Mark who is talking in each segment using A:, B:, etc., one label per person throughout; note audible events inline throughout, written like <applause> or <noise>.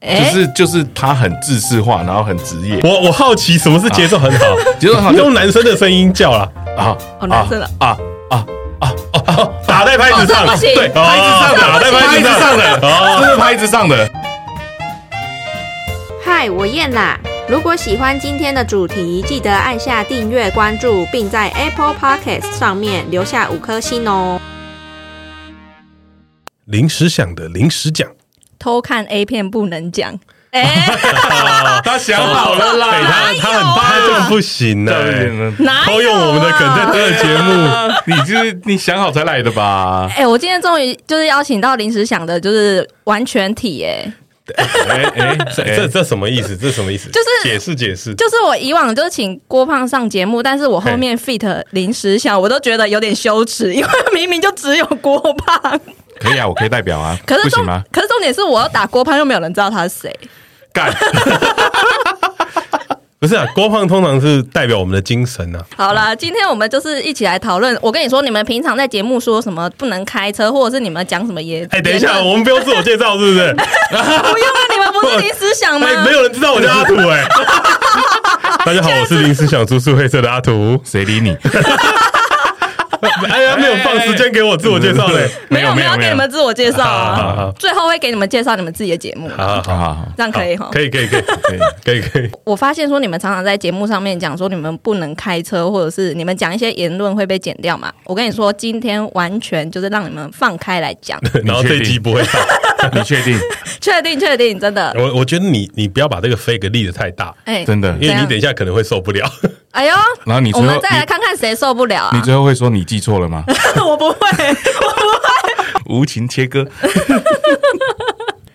A: 哎
B: 就是就是他很制式化，然后很职业，
C: 我我好奇什么是节奏很 <laughs> 好，
B: 节奏很好
A: <laughs>
B: 就
C: 用男生的声音叫啦，
B: 啊，
A: 哦男生的
B: 啊啊啊啊啊啊，
C: 打在拍子上，
A: 不行
C: 对，
B: 拍子上
C: 哦
B: 的，
C: 打在
B: 拍
C: 拍
B: 子
C: 子上
B: 上的，
C: 哦
B: 这是拍子上
A: <laughs>
B: 的。
D: 嗨，我燕啦！如果喜欢今天的主题，记得按下订阅、关注，并在 Apple Podcast 上面留下五颗星哦。
C: 临时想的临时讲，
A: 偷看 A 片不能
C: <laughs>
A: 讲，哎、
B: 他想好了
C: 对
B: 啦，
C: 他他很他这个不行呢，
A: 哪有
C: 哎
A: 啊
C: 偷用我们的梗在这个节目，
B: 你就是你想好才来的吧？
A: 哎、我今天终于就是邀请到临时想的，就是完全体、哎，
B: 哎哎，
C: 这这这什么意思？这什么意思？
A: 就是
C: 解释解释。
A: 就是我以往就是请郭胖上节目，但是我后面 fit 临时想，我都觉得有点羞耻，因为明明就只有郭
C: <laughs>
A: 胖，
B: 可以啊，我可以代表啊，
A: 可
B: 不
A: 是
B: 行
A: 重
B: 吗？
A: 可是重点是我要打郭胖，又没有人知道他是谁，
B: 干，
C: 不是啊，郭胖通常是代表我们的精神啊。
A: 好啦，今天我们就是一起来讨论。我跟你说，你们平常在节目说什么不能开车，或者是你们讲什么也……
C: 哎、等一下，
A: 言论
C: 我们不用自我介绍，是不
A: <laughs>
C: 是？
A: 不用啊，你们不是临时想吗？
C: <laughs> 哎、没有人知道我叫阿土哎、 <laughs> 大家好，我是临时想出宿黑社的阿土。
B: 谁理你？
C: <laughs> 哎呀，没有放时间给我自我介绍嘞。
A: <laughs> 没有没有给你们自我介绍
C: 哎好好好
A: 啊，最后会给你们介绍你们自己的节目，
C: 好好
B: 好
C: 好，
B: 好好，
A: 这样可以哈。
C: 可以可以可以
B: 可
C: <laughs>
B: 以。
C: 可以可以。
A: 我发现说你们常常在节目上面讲说你们不能开车，或者是你们讲一些言论会被剪掉嘛。我跟你说，今天完全就是让你们放开来讲，
C: 然后这一集不会上，
B: 你确定？
A: <laughs> 确定确定，真的。
C: <laughs> 我我觉得你你不要把这个 fake 立的太大，
B: <laughs>
A: 哎，
B: 真的
C: 因为
A: 怎
C: 你
A: 样
C: 等一下可能会受不了。
A: 哎呦，
B: 然后你
A: 我
B: 最
A: 们
B: 后
A: 再来
B: 你
A: 看看谁受不了
B: 你
A: 啊！
B: 最后会说你记错了吗？
A: <laughs> 我不会。
B: 无情切割，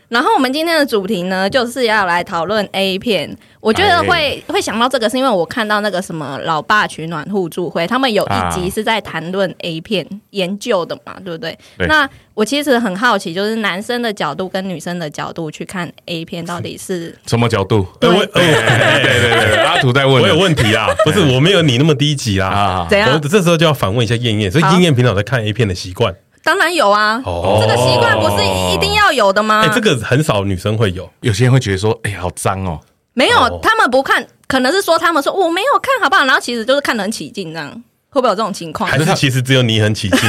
A: 然后我们今天的主题呢，就是要来讨论 A 片。我觉得
C: 哎
A: 会、会想到这个，是因为我看到那个什么老爸取暖互助会，他们有一集
B: 啊
A: 是在谈论 A 片研究的嘛，对不对？
B: 对
A: 那我其实很好奇，就是男生的角度跟女生的角度去看 A 片，到底是
B: 什么角
A: <laughs>
B: 度？
C: 哎我
B: 对
C: 哎
B: 对对对，阿图在问
C: 我有
B: 了
C: 问题哎啦，不是我没有你那么低级啦。
B: 啊
A: 怎样
C: 我？这时候就要反问一下燕燕，所以
A: 好
C: 燕燕平常有在看 A 片的习惯，
A: 当然有啊，
C: 哦
A: 这个习惯不是一定要有的吗？
C: 哎、这个很少女生会有。
B: 有些人会觉得说，哎，好脏哦，
A: 没有，
C: 哦
A: 他们不看，可能是说他们说我没有看，好不好？然后其实就是看得很起劲，这样会不会有这种情况？
C: 还是其实只有你很起 <laughs> 劲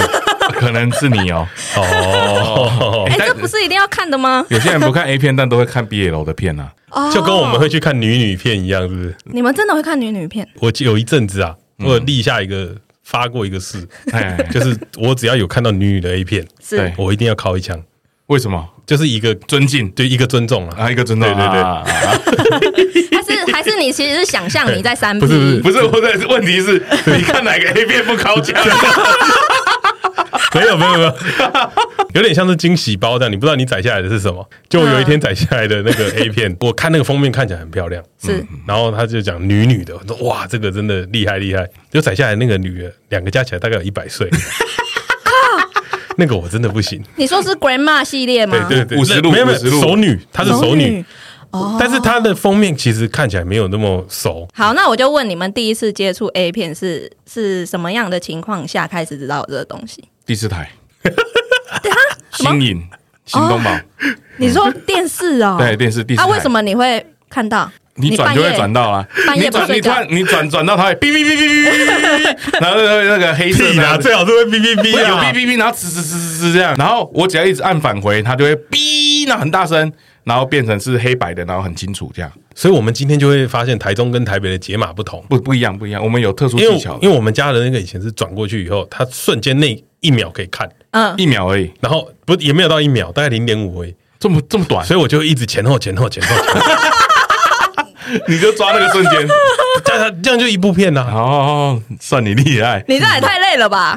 B: 可能是你哦。
C: 哦，
A: 哎、
B: 但
A: 这不是一定要看的吗？
B: 有些人不看 A 片，但都会看 BL 的片啊。
A: 哦
C: 就跟我们会去看女女片一样，是不是？
A: 你们真的会看女
C: <laughs>
A: 女片？
C: 我记有一阵子啊，我有立下一个发过一个誓，
B: 哎，
C: 就是我只要有看到女女的 A 片，
A: <laughs> 是
B: 对
C: 我一定要敲一枪，
B: 为什么
C: 就是一个
B: 尊敬
C: 对一个尊重啊。
B: 啊？一个尊重，
C: 对对对
B: 啊，啊啊
A: 还是还是你其实是想象你在三 P？
C: 不是不是
B: 不是我的问题是，你看哪个 A 片不高
C: <laughs>
B: 价？
C: 没有没有没有， <laughs> 有点像是惊喜包这样，你不知道你载下来的是什么。就我有一天载下来的那个 A 片， <laughs> 我看那个封面看起来很漂亮，嗯
A: 是
C: 然后他就讲女女的，我说哇，这个真的厉害厉害，就载下来那个女的，两个加起来大概有一百岁。那个我真的不行，
A: 你说是 Grandma 系列吗？
C: 对对对，
B: 50路
C: 没有没有
B: 50路
C: 熟女，她是熟女，。
A: 哦，
C: 但是她的封面其实看起来没有那么熟。
A: 好，那我就问你们，第一次接触 A 片是是什么样的情况下开始知道有这个东
C: <laughs>
A: 西？啊
B: 第四台，新颖新东宝，
A: 你说电视
C: <laughs>
A: 哦？
B: 对电视第四
A: 啊，
B: 台
A: 为什么你会看到？
B: 你转就会转
A: 到
B: 到啊，
A: 半夜
B: 你转
A: 不睡
B: 你突
A: 觉
B: 然你转转到它，哔哔哔哔哔哔，然后那个那个黑色
C: 屁啦，
B: 的
C: 最好是会哔哔
B: 不
C: 哔
B: 是有
C: 啊
B: 哔！哔哔，然后吱吱吱吱吱这样，然后我只要一直按返回，它就会哔，那很大声，然后变成是黑白的，然后很清楚这样，
C: 所以我们今天就会发现台中跟台北的解码不同。
B: 不不一样不一样，我们有特殊
C: 因为
B: 技巧
C: 因为，我们家的那个以前是转过去以后，它瞬间那一秒可以看，
A: 嗯，
B: <laughs> 一秒而已，
C: 然后不也没有到一秒，大概零点五而已，
B: 这么这么
C: <laughs>
B: 短，
C: 所以我就一直前后前后前后，前后
B: <laughs> 你就抓那个瞬间，
C: 这样这样就一部片啊呐、
B: <laughs> 哦，算你厉害，
A: 你这也太累了
C: <laughs> 啊
A: 吧？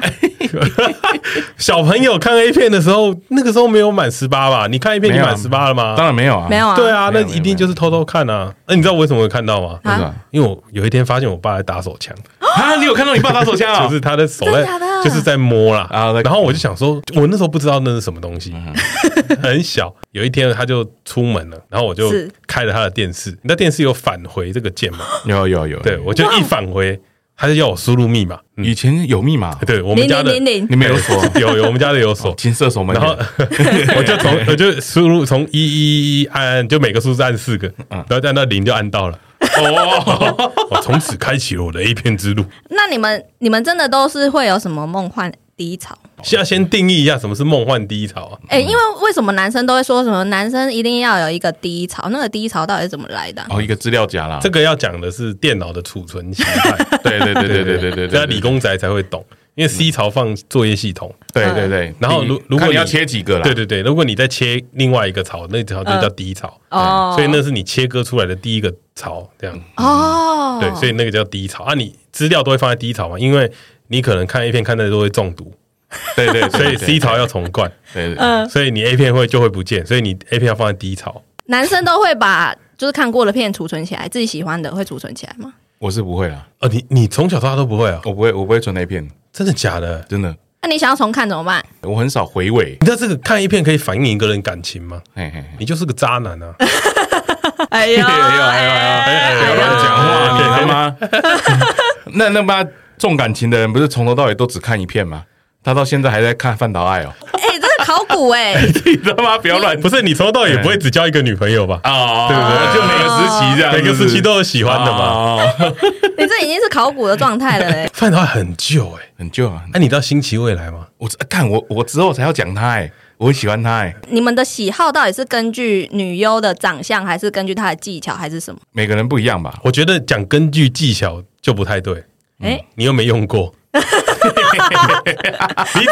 C: 小朋友看 A 片的时候，那个时候没有满十八吧？你看 A 片你
B: 没有啊
C: 满十八了吗？
B: 当然没有啊，
A: 没有啊，
C: 对啊，
B: 没
C: 那
B: 有
C: 一定就是偷偷看啊。那你知道我为什么会看到吗？
B: 为什
A: 啊
B: 么
C: 因为我有一天发现我爸在打手枪，
B: 啊，你有看到你爸打手枪啊？
C: <laughs> 就是他的手
A: 真
C: 在
A: 的假的
C: 就是在摸啦
B: 啊嗯在，
C: 然后我就想说，我那时候不知道那是什么东西，很小。有一天他就出门了，然后我就是
B: 哦
C: 开了他的电视，那电视有返回这个键嘛？
B: 有有有，
C: 对，我就一返回，他就要我输入密码。嗯，
B: 以前有密码，
C: 对我们家的
A: 零零零零
B: 你们有锁？
C: <laughs>
B: 哦
C: 有有我们家的有锁，
B: 金射手门，
C: 然
B: <laughs>
C: 后 <laughs> 我就从我就输入从一一一按，就每个数字按四个，
B: 嗯
C: 然后按到零就按到了。 <laughs> 哦，我从此开启了我的 A 片之路。
B: 哦
A: 那你们你们真的都是会有什么梦幻低潮？
C: 先要先定义一下什么是梦幻低潮啊？
A: 哎、因为为什么男生都会说什么男生一定要有一个低潮？那个低潮到底是怎么来的啊、
B: 哦，一个资料夹啦，
C: 这个要讲的是电脑的储存形 <laughs> 态，
B: 对对对对对对对
C: 这
B: 对，
C: 要理工宅才会懂，因为 C 槽放作业系统，
B: 对对
A: 嗯
B: 对，
C: 然后如
B: 你
C: 如果
B: 看
C: 你
B: 你要切几个啦，
C: 对对对，如果你再切另外一个槽，那条就叫低槽，
A: 嗯哦，
C: 所以那是你切割出来的第一个槽，这样
A: 哦，
C: 对，所以那个叫低槽啊。你资料都会放在低槽嘛，因为你可能看 A 片看太多会中毒，
B: 对对，
C: 所以 C
B: 槽，
C: 槽要重灌，
B: 对对
A: 嗯、
C: 所以你 A 片会就会不见，所以你 A 片要放在低槽。
A: 男生都会把就是看过的片储存起来，自己喜欢的会储存起来吗？
B: 我是不会啦，
C: 哦，你你从小到大都不会啊？
B: 我不会，我不会存 A 片，
C: 真的假的？
B: 真的，
A: 那你想要重看怎么办？
B: 我很少回味，
C: 你知道这个看 A 片可以反映一个人感情吗？
B: 嘿嘿嘿，
C: 你就是个渣男啊！
A: <laughs>
C: <laughs>
A: 哎
B: 哎呦
A: 呦，
B: 哎呦哎呦，不要乱讲话，你他妈！那那妈重感情的人不是从头到尾都只看一片吗？他到现在还在看《范岛爱》哦，
A: 哎、真的考古哎、
C: <laughs>
B: 你他妈不要乱
C: 不是你从头到尾也不会只交一个女朋友吧？
B: 啊，
C: 对不对
B: 就每个时期这样，
C: 每个时期都有喜
B: 喜
C: 欢的嘛。
B: 嘛，
A: 你这已经是考古的状态了哎、
C: 范的话很旧哎、
B: 很旧啊。
C: 那、你到新奇未来吗？
B: 我看我我之后才要讲他哎，我很喜欢他哎，
A: 你们的喜好到底是根据女优的长相，还是根据她的技巧，还是什么？
B: 每个人不一样吧？
C: 我觉得讲根据技巧就不太对，
A: 哎、
C: 你又没用 <laughs> 过，你只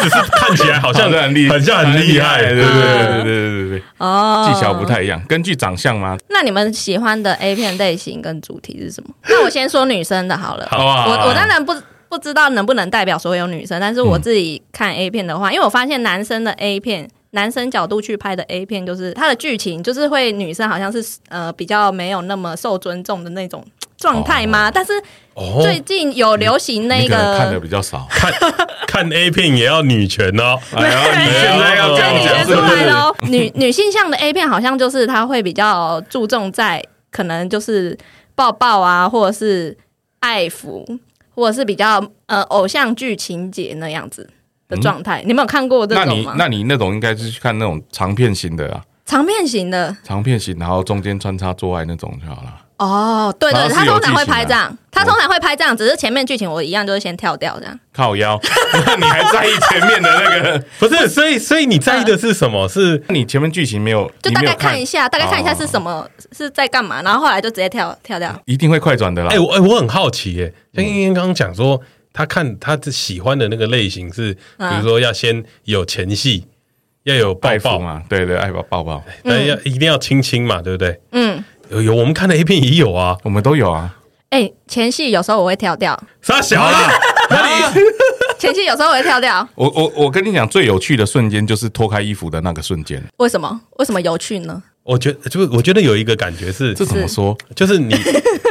C: 是看起来好像
B: 好像很厉，
C: 很像很厉害，
B: 对
C: 对
B: 对
C: 不对？
B: 对对对对对，
A: 哦，
B: 技巧不。太一样，根据长相吗？
A: 那你们喜欢的 A 片类型跟主题是什么？ <laughs> 那我先说女生的好了。
B: 好啊好啊
A: 我我当然不不知道能不能代表所有女生，但是
B: 嗯
A: 我自己看 A 片的话，因为我发现男生的 A 片。男生角度去拍的 A 片，就是它的剧情，就是会女生好像是呃比较没有那么受尊重的那种状态吗？但是最
C: 哦，
A: 近有流行那
B: 你可能看的
A: 个，
B: 比较少。
C: 看看 A 片也要女权哦，
B: 哎呀， <laughs> 你现在要这
A: 所以
B: 样
A: 你学
B: 讲
A: 出
B: 是不
A: 来
B: 是？
A: 喽。女女性向的 A 片好像就是它会比较注重在可能就是抱抱啊，或者是爱抚，或者是比较呃偶像剧情节那样子的状态。你们有看过这
B: 嗯那
A: 种
B: 你
A: 吗？
B: 那你那种应该是去看那种长片型的啊，
A: 长片型的
B: 长片型，然后中间穿插做爱那种就好了。
A: 哦，对对，
B: 然后
A: 他
B: 是有
A: 通常会
B: 剧情的哦
A: 拍这样，他通常会拍这样，只是前面剧情我一样就是先跳掉这样。
B: 靠腰， <laughs> 你还在意前面的那个？
C: 不是？啊所以所以你在意的是什么？是
B: 你前面剧情没有，
A: 就
B: 你
A: 大
B: 没有哦
A: 概看一下，大概看一下是什么，是在干嘛，然后后来就直接跳跳掉。
B: 一定会快转的啦
C: 哎、。我哎、我很好奇耶、像英英刚刚讲说，他看他喜欢的那个类型是，比如说要先有前戏，要有抱
B: 爱
C: 抱
B: 抚，嘛，对对，爱抱抱抱，
C: 但要哎一定要亲亲嘛，对不对？
A: 嗯，
C: 有有，我们看的 A 片也有啊，
B: 我们都有啊。
A: 哎、前戏有时候我会跳掉，
C: 傻小啦，那你
A: 前戏有时候我会跳掉，
B: 我我我跟你讲，最有趣的瞬间就是脱开衣服的那个瞬间。
A: 为什么？为什么有趣呢？
C: 我觉得就是我觉得有一个感觉是，
B: 这怎么说？
C: <laughs> 就是你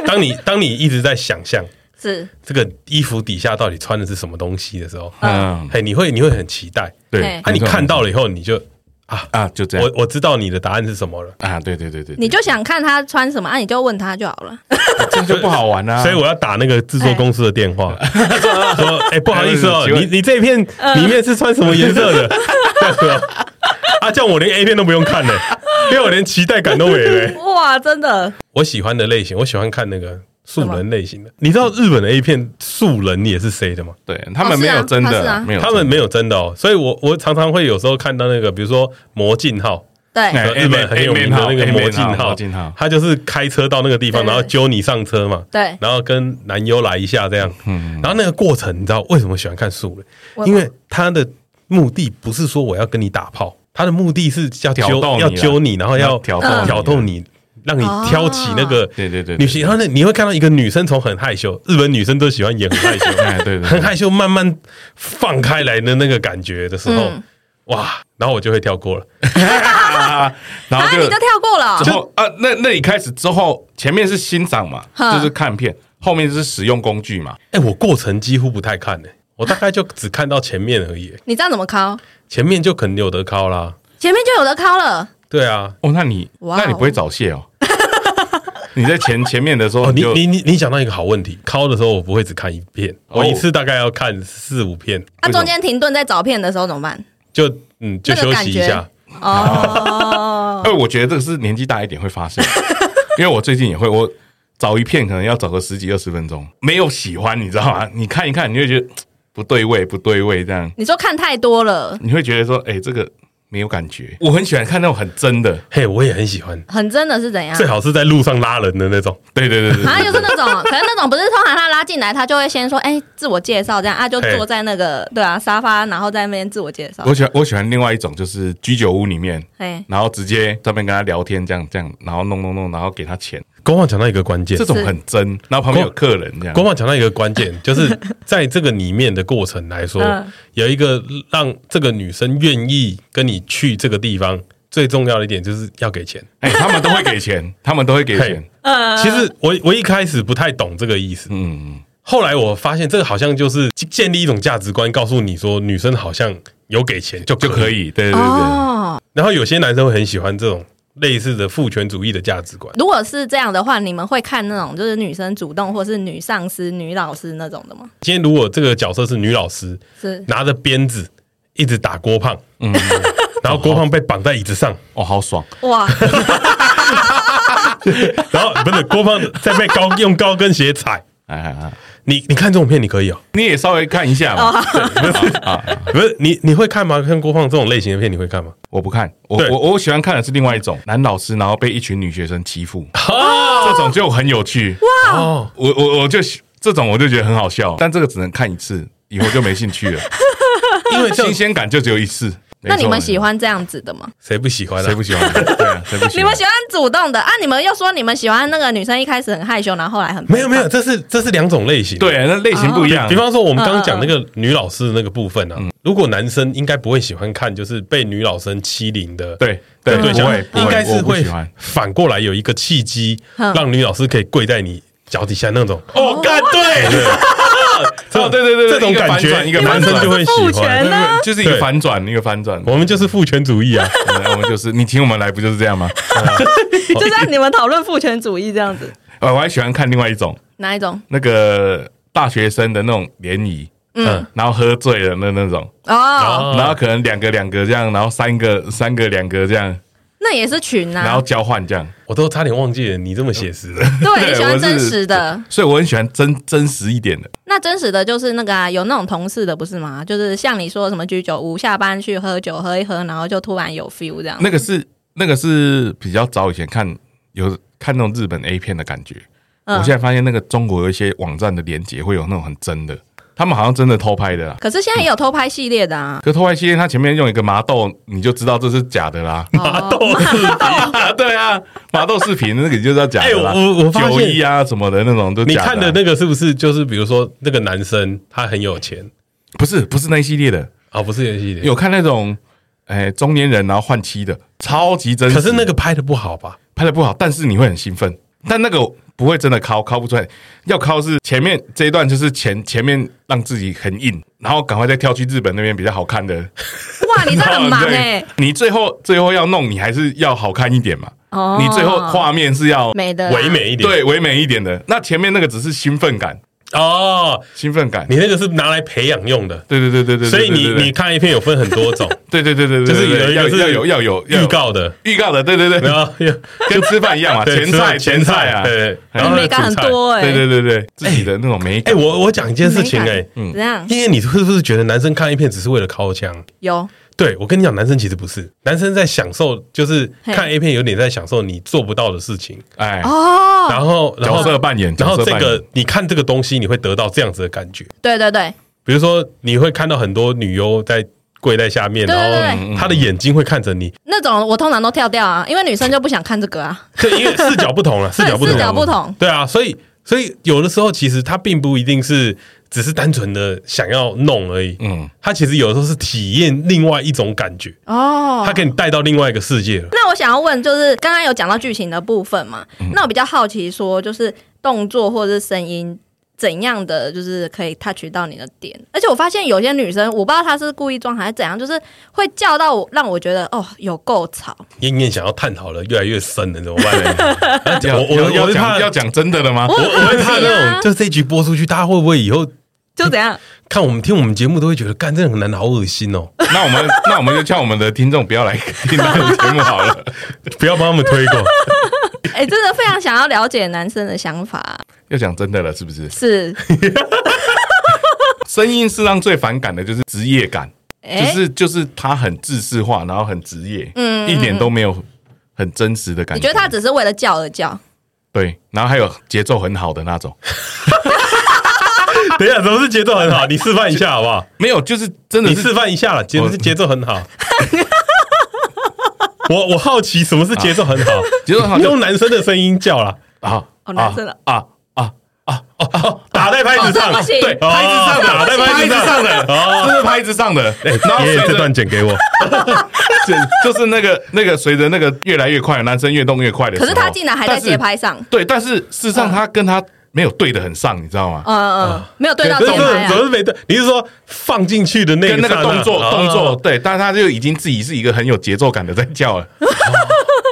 C: 当你当你一直在想象
A: 是，
C: 这个衣服底下到底穿的是什么东西的时候，
B: 嗯，
C: 嘿，你会你会很期待，
B: 对
A: 嘿。
C: 啊，你
B: 没错
C: 看到了以后你就
B: 啊，就这样
C: 我我知道你的答案是什么了，
B: 啊，对对对对，
A: 你就想看他穿什么，啊，你就问他就好了。
B: 这样就不好玩啊。
C: 所以我要打那个制作公司的电话， <laughs> 说哎不好意思哦，
B: 请问
C: 你你这一片里面是穿什么颜色 <laughs> 的？啊，这样我连 A 片都不用看了，因为我连期待感都没了。
A: 哇，真的，
C: 我喜欢的类型，我喜欢看那个素人类型的。你知道日本的 A 片素人也是 C 的吗？
B: 对他们没有真
A: 他是
B: 的，
A: 啊
B: 没有真的
C: 他们没有真的哦，所以我我常常会有时候看到那个，比如说魔镜号，呃
A: 对
B: 哎
C: 日本很有名的那个
B: A-man
C: 哦魔镜
B: 号
C: 号
B: 魔镜号，
C: 他就是开车到那个地方，
A: 对
C: 然后揪你上车嘛，
A: 对，
C: 然后跟男优来一下这样，
B: 嗯
C: 然后那个过程你知道为什么喜欢看素
A: 我
C: 人？因为他的目的不是说我要跟你打炮，他的目的是要
B: 挑
C: 揪
B: 逗你
C: 要
B: 啦
C: 揪你，然后要
B: 要挑逗你
C: 挑逗你。让你挑起那
A: 哦
C: 个
B: 对对对对
C: 女性，然后呢，你会看到一个女生从很害羞，日本女生都喜欢演
B: <laughs>
C: 很害羞，
B: 哎，对对
A: <laughs>
C: 很
B: 对，
A: 啊
C: 害羞，慢慢放开来的那个感觉的时候，
A: 嗯
C: 哇，然后我就会跳过了。
B: 然
A: 啊，
B: 后就
A: 你就跳过了哦
B: 之，后啊，那那你开始之后，前面是欣赏嘛，
A: 哼
B: 就是看片，后面就是使用工具嘛。
C: 哎、我过程几乎不太看呢、我大概就只看到前面而已，
A: 你这样怎么敲？
C: 前面就可能有得靠啦。
A: 前面就有的敲了，
C: 对啊，
B: 哦，那你
A: 哇哦
B: 那你不会早泄哦？你在前前面的时候
C: 哦，你
B: 就
C: 你你你讲到一个好问题，敲的时候我不会只看一片，
B: 哦
C: 我一次大概要看四五片。
A: 那、中间停顿在找片的时候怎么办？
C: 就嗯就
A: 那个
C: 休
A: 感
C: 息一
A: 觉
C: 下，
A: 哦，
B: 哎，我觉得这个是年纪大一点会发生，因为我最近也会，我找一片可能要找个十几二十分钟，没有喜欢，你知道吗？你看一看，你会觉得嘖嗯不对味，不对味，这样
A: 你说看太多了，
B: 你会觉得说，哎、这个没有感觉。我很喜欢看那种很真的，
C: 嘿，我也很喜欢，
A: 很真的是怎样
C: 最？好是在路上拉人的那种。
B: 对对对对
A: 好像
B: 对，
A: 就是那种， <laughs> 可能那种不是通常他拉进来，他就会先说，哎、自我介绍这样啊，就
C: 嘿
A: 坐在那个对啊沙发，然后在那边自我介绍
B: 我。喜欢我喜欢另外一种，就是居酒屋里面，
A: 哎，
B: 然后直接上面跟他聊天，这样这样，然后弄弄弄，然后给他钱，
C: 国王讲到一个关键
B: 这，种
A: 是
B: 很真。然后旁边有客人这样
C: 国，王讲到一个关
A: <laughs>
C: 键，就是在这个里面的过程来说
A: 嗯，
C: 有一个让这个女生愿意跟你去这个地方。最重要的一点就是要给钱。
B: 哎、他们都会给钱，他们都会给钱
C: 嘿。其实我我一开始不太懂这个意思，
B: 嗯，
C: 后来我发现这个好像就是建立一种价值观，告诉你说女生好像有给钱就
B: 就可
C: 以。
B: 以，对对对对。
A: 哦，
C: 然后有些男生会很喜欢这种类似的父权主义的价值观。
A: 如果是这样的话，你们会看那种就是女生主动或是女上司、女老师那种的吗？
C: 今天如果这个角色是女老师，
A: 是
C: 拿着鞭子一直打郭胖，
B: 嗯，
C: <laughs> 然后郭胖被绑在椅子上，
B: 哦，好爽！
A: 哇，
C: 然后不是郭胖再被高用高跟鞋踩。
B: 哎哎哎，
C: 你你看这种片你可以哦，
B: 你也稍微看一下
A: 哦
B: 嘛。啊
C: 不是你你会看吗？看郭胖这种类型的片你会看吗？
B: 我不看，我
C: 对
B: 我我喜欢看的是另外一种男老师，然后被一群女学生欺负，
A: 哦
B: 这种就很有趣。
C: 哦，
B: 我我我就喜这种我就觉得很好笑，但这个只能看一次，以后就没兴
A: <laughs>
B: 趣了，
C: 因为这
B: 新
C: 样
B: 鲜感就只有一次。
A: 那你
B: 没
A: 们
B: 错
A: 喜？欢这样子的吗？
C: 谁不喜欢啊？
B: 谁不喜欢？对啊，谁不喜欢？
A: <laughs> 你们喜欢主动的啊？你们又说你们喜欢那个女生一开始很害羞，然后后来很
C: 没有没有，这是这是两种类型。
B: 对，嗯那类型
C: 哦
B: 不一样。
C: 比方说，我们刚刚讲那个女老师的那个部分
B: 嗯
C: 啊，如果男生应该不会喜欢看，就是被女老生欺凌的，
B: 对对，
C: 对
B: 不
C: 象
B: 会，不
C: 应该是
B: 我不
C: 会
B: 喜欢。
C: 反过来有一个契机，
A: 嗯
C: 让女老师可以跪在你脚底下那种。哦，干对，这
B: <laughs> 哦对对对对
C: 这种
B: 一个
C: 感
B: 反转
C: 觉，
B: 一个
C: 男
B: 反
C: 生
B: 转
C: 就会
A: 父
C: 喜
A: 权啊
C: 欢。
B: 对
A: 呢
B: 对就是一个
C: 对
B: 反转，一个反转。
C: 我们就是父权主义啊，
B: 对我们就是你请我们来不就是这样吗？
A: <laughs> 就像你们讨论父权主义这样子，
B: 呃我还喜欢看另外一种，
A: 哪一种？
B: 那个大学生的那种联谊，
C: 嗯，
B: 然后喝醉了那那种，
A: 哦，
B: 然后可能两个两个这样，然后三个三个两个这样，
A: 那也是群啊呐、
B: 然后交换这样。
C: 我都差点忘记了你这么写实了。
A: <laughs> 对，你喜
B: 我
A: 欢
B: 是
A: 真实的。
B: 所以我很喜欢真真实一点的。
A: 那真实的就是那个啊，有那种同事的不是吗？就是像你说什么居酒屋，下班去喝酒喝一喝，然后就突然有 feel 这样。
B: 那个是那个是比较早以前看有看那种日本 A 片的感觉，
A: 嗯
B: 我现在发现那个中国有一些网站的连接会有那种很真的，他们好像真的偷拍的啦。
A: 可是现在也有偷拍系列的啊。
B: 可偷拍期间，他前面用一个麻豆，你就知道这是假的啦。
C: 哦
A: 麻豆，
B: <laughs> 对啊，麻豆视频那个你就知道假的啦。
C: 哎我我我发现
B: 九一啊什么的那种都
C: <laughs> 你
B: 假啊
C: 看的那个是不是就是比如说那个男生他很有钱
B: 不是不是那一系列的，
C: 啊？不是游戏
B: 有看那种哎中年人然后换妻的，超级真实。
C: 可是那个拍的不好吧？
B: 拍的不好，但是你会很兴奋。但那个不会真的敲，敲不出来。要敲是前面这一段，就是前前面让自己很硬，然后赶快再跳去日本那边比较好看的。
A: 哇，你这
B: <laughs>
A: 很忙
B: 哦对
A: 哎、
B: 你最后最后要弄，你还是要好看一点嘛。
A: 哦，
B: 你最后画面是要
A: 美的啦啊
C: 唯美一点，
B: 对唯美一点的，那前面那个只是兴奋感，
C: 哦，
B: 兴奋感。
C: 你那个是拿来培养用的，
B: 对对对对对，
C: 所以
B: 对
C: 你
B: 对对
C: 你看一片有分很多种，
B: 对对对对对，
C: 就是
B: 对对
C: 有一
B: 要
C: 个是
B: 要有要有 <laughs> 要有
C: 预
B: <laughs>
C: 告的，
B: 预告的，对对对
C: 然，后
B: 跟吃饭一样嘛，
C: 对
B: 前
C: 吃
B: 菜
C: 饭
B: 前菜啊，
C: 对对，然后
A: 美感很
C: 主菜。
A: 多哎、
B: 对对对对，自己的那种美
C: 哎，
B: 感。
C: 我我讲一件事情
A: 美感
C: 哎，
A: 怎样？
C: 因为你是不是觉得男生看一片只是为了靠枪？
A: 有
C: 对我跟你讲，男生其实不是，男生在享受，就是
A: 嘿
C: 看 A 片有点在享受你做不到的事情，
B: 哎，
A: 哦，
C: 然后然
B: 角色
C: 后
B: 扮演，
C: 然后
B: 角色
C: 这
B: 扮演
C: 个你看这个东西，你会得到这样子的感觉，
A: 对对对，
C: 比如说你会看到很多女优在跪在下面，
A: 对
C: 然
A: 对对
C: 后她的眼睛会看着你，
A: 那种我通常都跳掉啊，因为女生就不想看这个啊。
C: 对，因为视角不同
A: <laughs>
C: 了，视角不同，
A: 对视角不同
C: 对啊，所以所以有的时候其实他并不一定是只是单纯的想要弄而已，
B: 嗯，
C: 他其实有的时候是体验另外一种感觉，
A: 哦
C: 他给你带到另外一个世界了。
A: 那我想要问，就是
C: 嗯
A: 刚刚有讲到剧情的部分嘛？那我比较好奇说，就是动作或者是声音怎样的就是可以 touch 到你的点。而且我发现有些女生，我不知道她是故意装还是怎样，就是会叫到我，让我觉得哦有够吵。
C: 燕燕想要探讨的越来越深了，怎么
A: <laughs>
C: 办呢？
B: 要
C: 我我
B: 要
C: 我
B: 要
C: 是
B: 讲
C: 怕
B: 要讲真的了吗
A: 我？
C: 我我会怕
A: 很好奇
C: 那
A: 啊
C: 种，就是这一局播出去，大家会不会以后
A: 就怎样？
C: 看我们听我们节目都会觉得，干这两个男的好恶心哦，
B: 那我们那我们就叫我们的听众不要来听这个节目好了。
C: <laughs>
B: <laughs>
C: 不要帮他们推广。
A: 哎、真的非常想要了解男生的想法，
B: 要讲真的了，是不是？
A: 是
B: 声音是让最反感的，就是职业感，
A: 哎、
B: 就是就是他很制式化，然后很职业，
A: 嗯
B: 一点都没有很真实的感
A: 你觉得他只是为了叫而叫？
B: 对，然后还有节奏很好的那种，
C: 等一下，什么是节奏很好？你示范一下好不好？
B: 没有，就是真的
C: 你
B: 是
C: 示范一下啦，节
B: 我
C: 是节奏很好。我我好奇什么是节奏很好？
B: 节奏很好
C: 你
B: 就
C: 用男生的声音叫啦，
B: 啊，
A: 哦男生的
B: 啊啊
C: 打在拍子上，
A: 哦这不行
C: 对，
A: 对
B: 拍子上的
C: 打在拍
B: 拍
C: 子
B: 子
C: 上。
B: 上的，
A: 哦
B: 这是啊拍子上
C: <laughs>
B: 的，然后
C: 爷
B: 随
C: 爷这
B: 着
C: 段剪给我，
B: <laughs> 就就是那个那个随着那个越来越快，男生越动越快的时
A: 可
B: 候，
A: 是他竟然还在
B: 但是
A: 节，拍上，
B: 对，但是事实上他跟他没有对的很上，你知道吗？
A: 嗯嗯，没有对到
C: 可
A: 节
C: 是
A: 拍
C: 怎
A: 啊。
C: 么是没对？你是说放进去的那
B: 跟那
C: 刹
B: 个
C: 那
B: 动作
C: 哦
B: 动作对，但他就已经自己是一个很有节奏感的在叫
C: <laughs>
B: 了。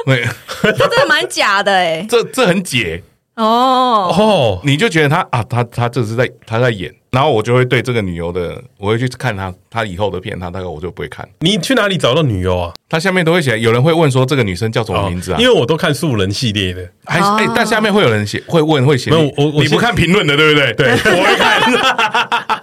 B: 对，
A: 他真的蛮假的哎、
B: 这这很解，
A: 哦，
C: 哦，
B: 你就觉得他啊，他他这是在他在演，然后我就会对这个女优的，我会去看她她以后的片，她大概我就不会看。
C: 你去哪里找到女优啊？
B: 她下面都会写，有人会问说这个女生叫什么名字啊？
C: 哦因为我都看素人系列的，
B: 还是哎、
A: 哦
B: 但下面会有人写，会问会写你。
C: 没有我我
B: 你不
C: 先
B: 看评论的，对不对？
C: 对
B: 我会看，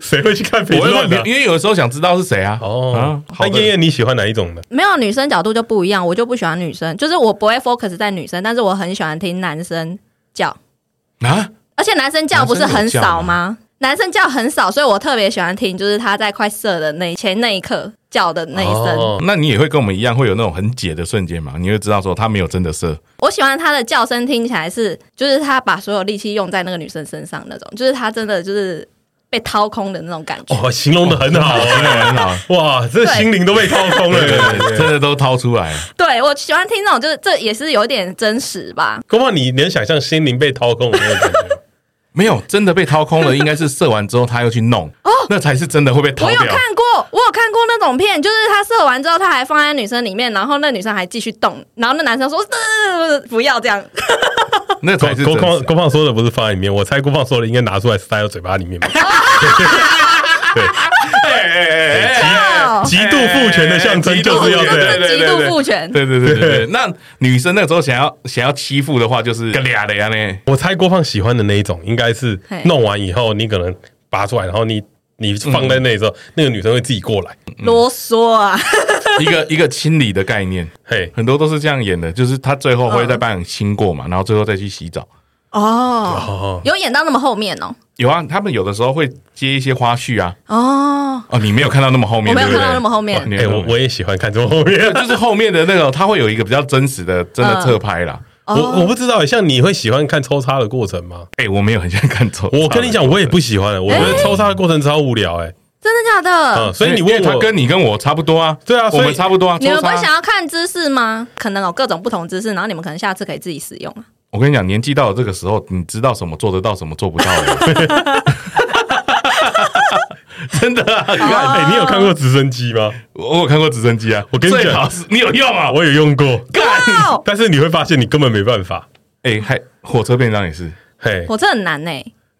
C: 谁会去看评
B: 我会看
C: 论的
B: 评，？因为有的时候想知道是谁啊。
C: 哦，
B: 啊，
C: 那
B: 好的
C: 燕燕你喜欢哪一种的？
A: 没有女生角度就不一样，我就不喜欢女生，就是我不会 focus 在女生，但是我很喜欢听男生叫，
B: 啊，
A: 而且男生叫不是很少吗？男生叫很少，所以我特别喜欢听，就是他在快射的那一前那一刻叫的那一声。
C: 哦
B: 那你也会跟我们一样会有那种很解的瞬间嘛？你会知道说他没有真的射，
A: 我喜欢他的叫声听起来是，就是他把所有力气用在那个女生身上那种，就是他真的就是被掏空的那种感觉。
C: 哦，形容的很
B: <laughs>
C: 好
B: 真
C: 哦，
B: 的很好，
C: 哇，这心灵都被掏空
B: 对对
C: 了。
B: 对，真的都掏出来了。
A: 对我喜欢听那种，就是这也是有点真实吧。
C: 恐怕你能想象心灵被掏空的那种感觉。
B: 没有真的被掏空了，应该是射完之后他又去弄，那才是真的会被掏
A: 哦我有
B: 掉
A: 看。过，我有看过那种片，就是他射完之后，他还放在女生里面，然后那女生还继续动，然后那男生说：“呃、不要这样。
B: 那才是真
C: 郭郭胖
B: 的。
C: 郭胖说的不是放在里面，我猜郭胖说的应该拿出来塞到嘴巴里面吧。
B: 哎哎 <laughs> 哎哎哎
A: 哦
C: 极度父权的象征就是要这样
A: 这。是极度父权。
B: 对对对对对，那女生那时候想要想要欺负的话，就是个俩的呀呢。
C: 我猜郭胖喜欢的那一种，应该是
A: 嘿
C: 弄完以后，你可能拔出来，然后你你放在那里之后，那个女生会自己过来。
A: 啰嗦啊！
B: 一个一个清理的概念，
C: 嘿，
B: 很多都是这样演的，就是他最后
A: 嗯
B: 会再帮你清过嘛，然后最后再去洗澡。
A: 哦，
C: 哦，
A: 有演到那么后面哦。
B: 有啊，他们有的时候会接一些花絮啊。
A: 哦，
B: 哦，你没有看到那么后面，
A: 我没有
B: 对不对
A: 看到那么后面
B: 哦你没
C: 哎，
B: 有看
C: 我
B: 到 <laughs>
C: 我也喜欢看这种后面。
B: 就是后面的那个，他会有一个比较真实的，真
A: 嗯
B: 的侧拍啦。
A: 哦
C: 我我不知道，像你会喜欢看抽插的过程吗？
B: 哎，我没有很想看错。
C: 我跟你讲，我也不喜欢，我觉得抽插的过程超无聊，哎，
A: 真的假
C: 嗯，
A: 的？
C: 所以你
B: 因为
C: 问
B: 哎他
C: 我，
B: 跟你跟我差不多啊，
C: 对啊所
B: 我
C: 以
B: 们差不多啊。
A: 你们不
B: 抽
A: 会
B: 插啊
A: 想要看姿势吗？可能有各种不同姿势，然后你们可能下次可以自己使用 <laughs> 啊。
B: 我跟你讲，年纪到了这个时候，你知道什么做得到，什么做不到了。 <laughs> 真的啊，你看
C: 哎，你有看过直升机吗？
B: 我有看过直升机啊，
C: 我跟你讲
B: 最好是你有用啊，
C: 我有用过，
A: 哇哦，
C: 但是你会发现你根本没办法。
B: 哎、还火车便当也是。
C: 嘿，
A: 火车很难呢、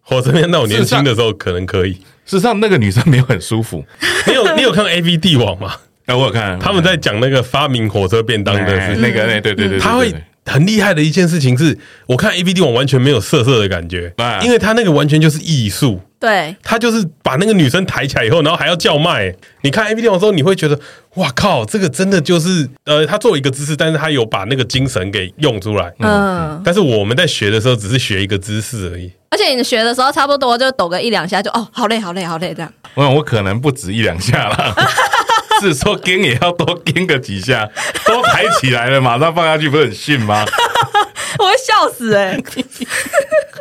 C: 火车面那我年轻的时候可能可以。
B: 事实上，那个女生没有很舒服。
C: 你有你有看 A V 帝王吗？
B: 哎、我有看
C: 他们在讲那个发明火车便当
B: 哎
C: 的事情，
B: 那个，那对对对对，
C: 他会
B: 对。
C: 很厉害的一件事情是，我看 A V 帝王完全没有色色的感觉
B: 哎，
C: 因为他那个完全就是艺术。
A: 对，
C: 他就是把那个女生抬起来以后，然后还要叫卖。你看 A V 帝王的时候，你会觉得哇靠，这个真的就是呃，他做一个姿势，但是他有把那个精神给用出来。
A: 嗯，
C: 但是我们在学的时候，只是学一个姿势而已。
A: 而且你学的时候差不多就抖个一两下就哦，好累好累好累这样。
B: 我想我可能不止一两下啦， <laughs> 是说跟也要多跟个几下，都抬起来了，马上放下去，不是很逊吗？
A: <laughs> 我会笑死哎、 <laughs>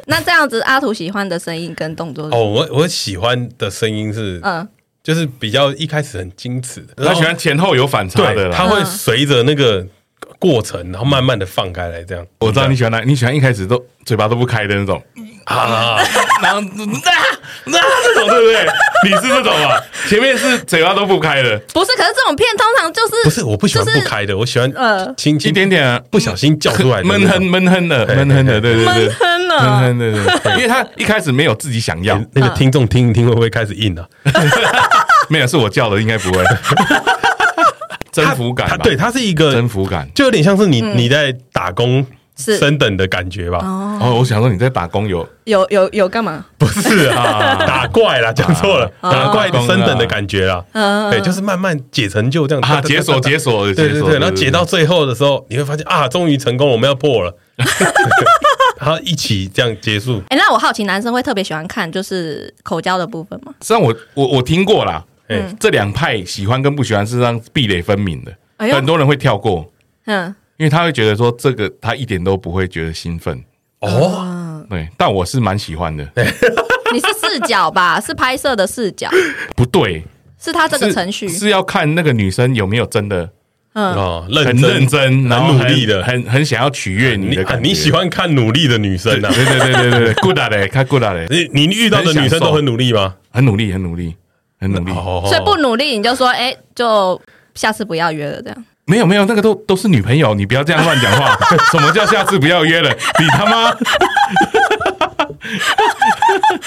A: 那这样子，阿图喜欢的声音跟动作是，
C: 哦，我我喜欢的声音是，
A: 嗯，
C: 就是比较一开始很矜持的，
B: 他喜欢前后有反差的
C: 对，
B: 啦。
C: 它会
A: 嗯
C: 随着那个过程，然后慢慢的放开来，这样。
B: 嗯我知道你喜欢哪，你喜欢一开始都嘴巴都不开的那种，
C: 啊，
B: 然后那那、这种对不对？你是这种吧？前面是嘴巴都不开的，
A: 不是，可是这种片通常就是
C: 不是我不喜欢
A: 就是
C: 不开的，我喜欢
A: 呃
C: 轻
B: 一
C: 轻
B: 点点啊
C: 不小心叫出来的那
B: 闷
C: 种
B: 哼闷哼的，闷哼的，对对对
A: 闷，哼啊
B: 闷
A: 了。
B: 哼的，对对因为他一开始没有自己想要，
C: 那个听众听一听会不会开始硬啊？
B: 没有是我叫的，应该
C: <laughs>
B: 不会。征服感
C: 它
B: 吧，
C: 对，它是一个
B: 征，服感。
C: 就有点像是你你在打工
A: 嗯是
C: 升等的感觉吧？
B: 哦，我想说你在打工有
A: 有有有干嘛？
C: 不是
A: <laughs>
C: 啊，打怪啦，讲错了，
A: 哦
B: 啊
C: 打怪
B: 打工的
C: 升等的感觉啦。
A: 嗯，
C: 对，就是慢慢解成就这样
B: 啊，解锁解锁，
C: 对
B: 解
C: 对
B: 锁
C: 对，然后解到最后的时候，你会发现啊，终于成功，我们要破
A: <laughs>
C: 了，然后一起这样结束。
A: 哎、那我好奇男生会特别喜欢看就是口交的部分吗？
B: 虽然我我我听过啦，
C: 哎、
A: 嗯
B: 这两派喜欢跟不喜欢是让壁垒分明的，
A: 哎呦
B: 很多人会跳过，
A: 嗯，
B: 因为他会觉得说这个他一点都不会觉得兴奋。
C: 哦，
A: 嗯
B: 对，但我是蛮喜欢的。
C: 哎
A: 你是视角吧？是拍摄的视角，
B: 不对，
A: 是他这个
B: 是
A: 程序。
B: 是要看那个女生有没有真的
A: 嗯，
C: 哦，
B: 很
C: 认
B: 认真、然后
C: 很努力的
B: 很很想要取悦你
C: 你
B: 的
C: 啊
B: 感觉。
C: 你喜欢啊看努力的女
B: <laughs>
C: 生呐、
B: 对对对对对对，good 嘞，看 good 嘞，
C: 你你遇到的女生都很努力吗？
B: 很努力，很努力，很努力。
C: 哦
A: 所以不努力你就说，哎、就下次不要约了这样。
B: 没有没有，那个都都是女朋友，你不要这样乱讲
C: <laughs>
B: 话。什么叫下次不要约了？你他妈！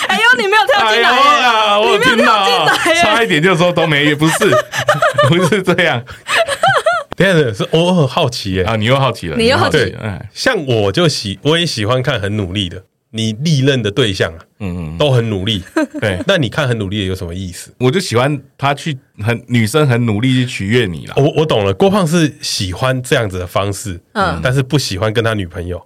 A: 哎呦，你没有跳
B: 哎
A: 进
B: 呦
A: 来、
B: 啊！我有听到
A: 你没有
B: 啊
A: 跳进来，耶
B: 差一点就说都没约，不是 <laughs> 不是这样
C: 等一下等一下是我很好奇耶、
B: 啊！你又好奇了，
A: 你又好奇
C: 对
B: 哎，
C: 像我就喜我也喜欢看很努力的，你历任的对象啊
B: 嗯嗯，
C: 都很努
A: <laughs>
C: 力，
B: 对，
C: 那你看很努力的有什么意思？
B: 我就喜欢他去很女生很努力去取悦你啦。
C: 我我懂了，郭胖是喜欢这样子的方式，
A: 嗯
C: 但是不喜欢跟他女朋友。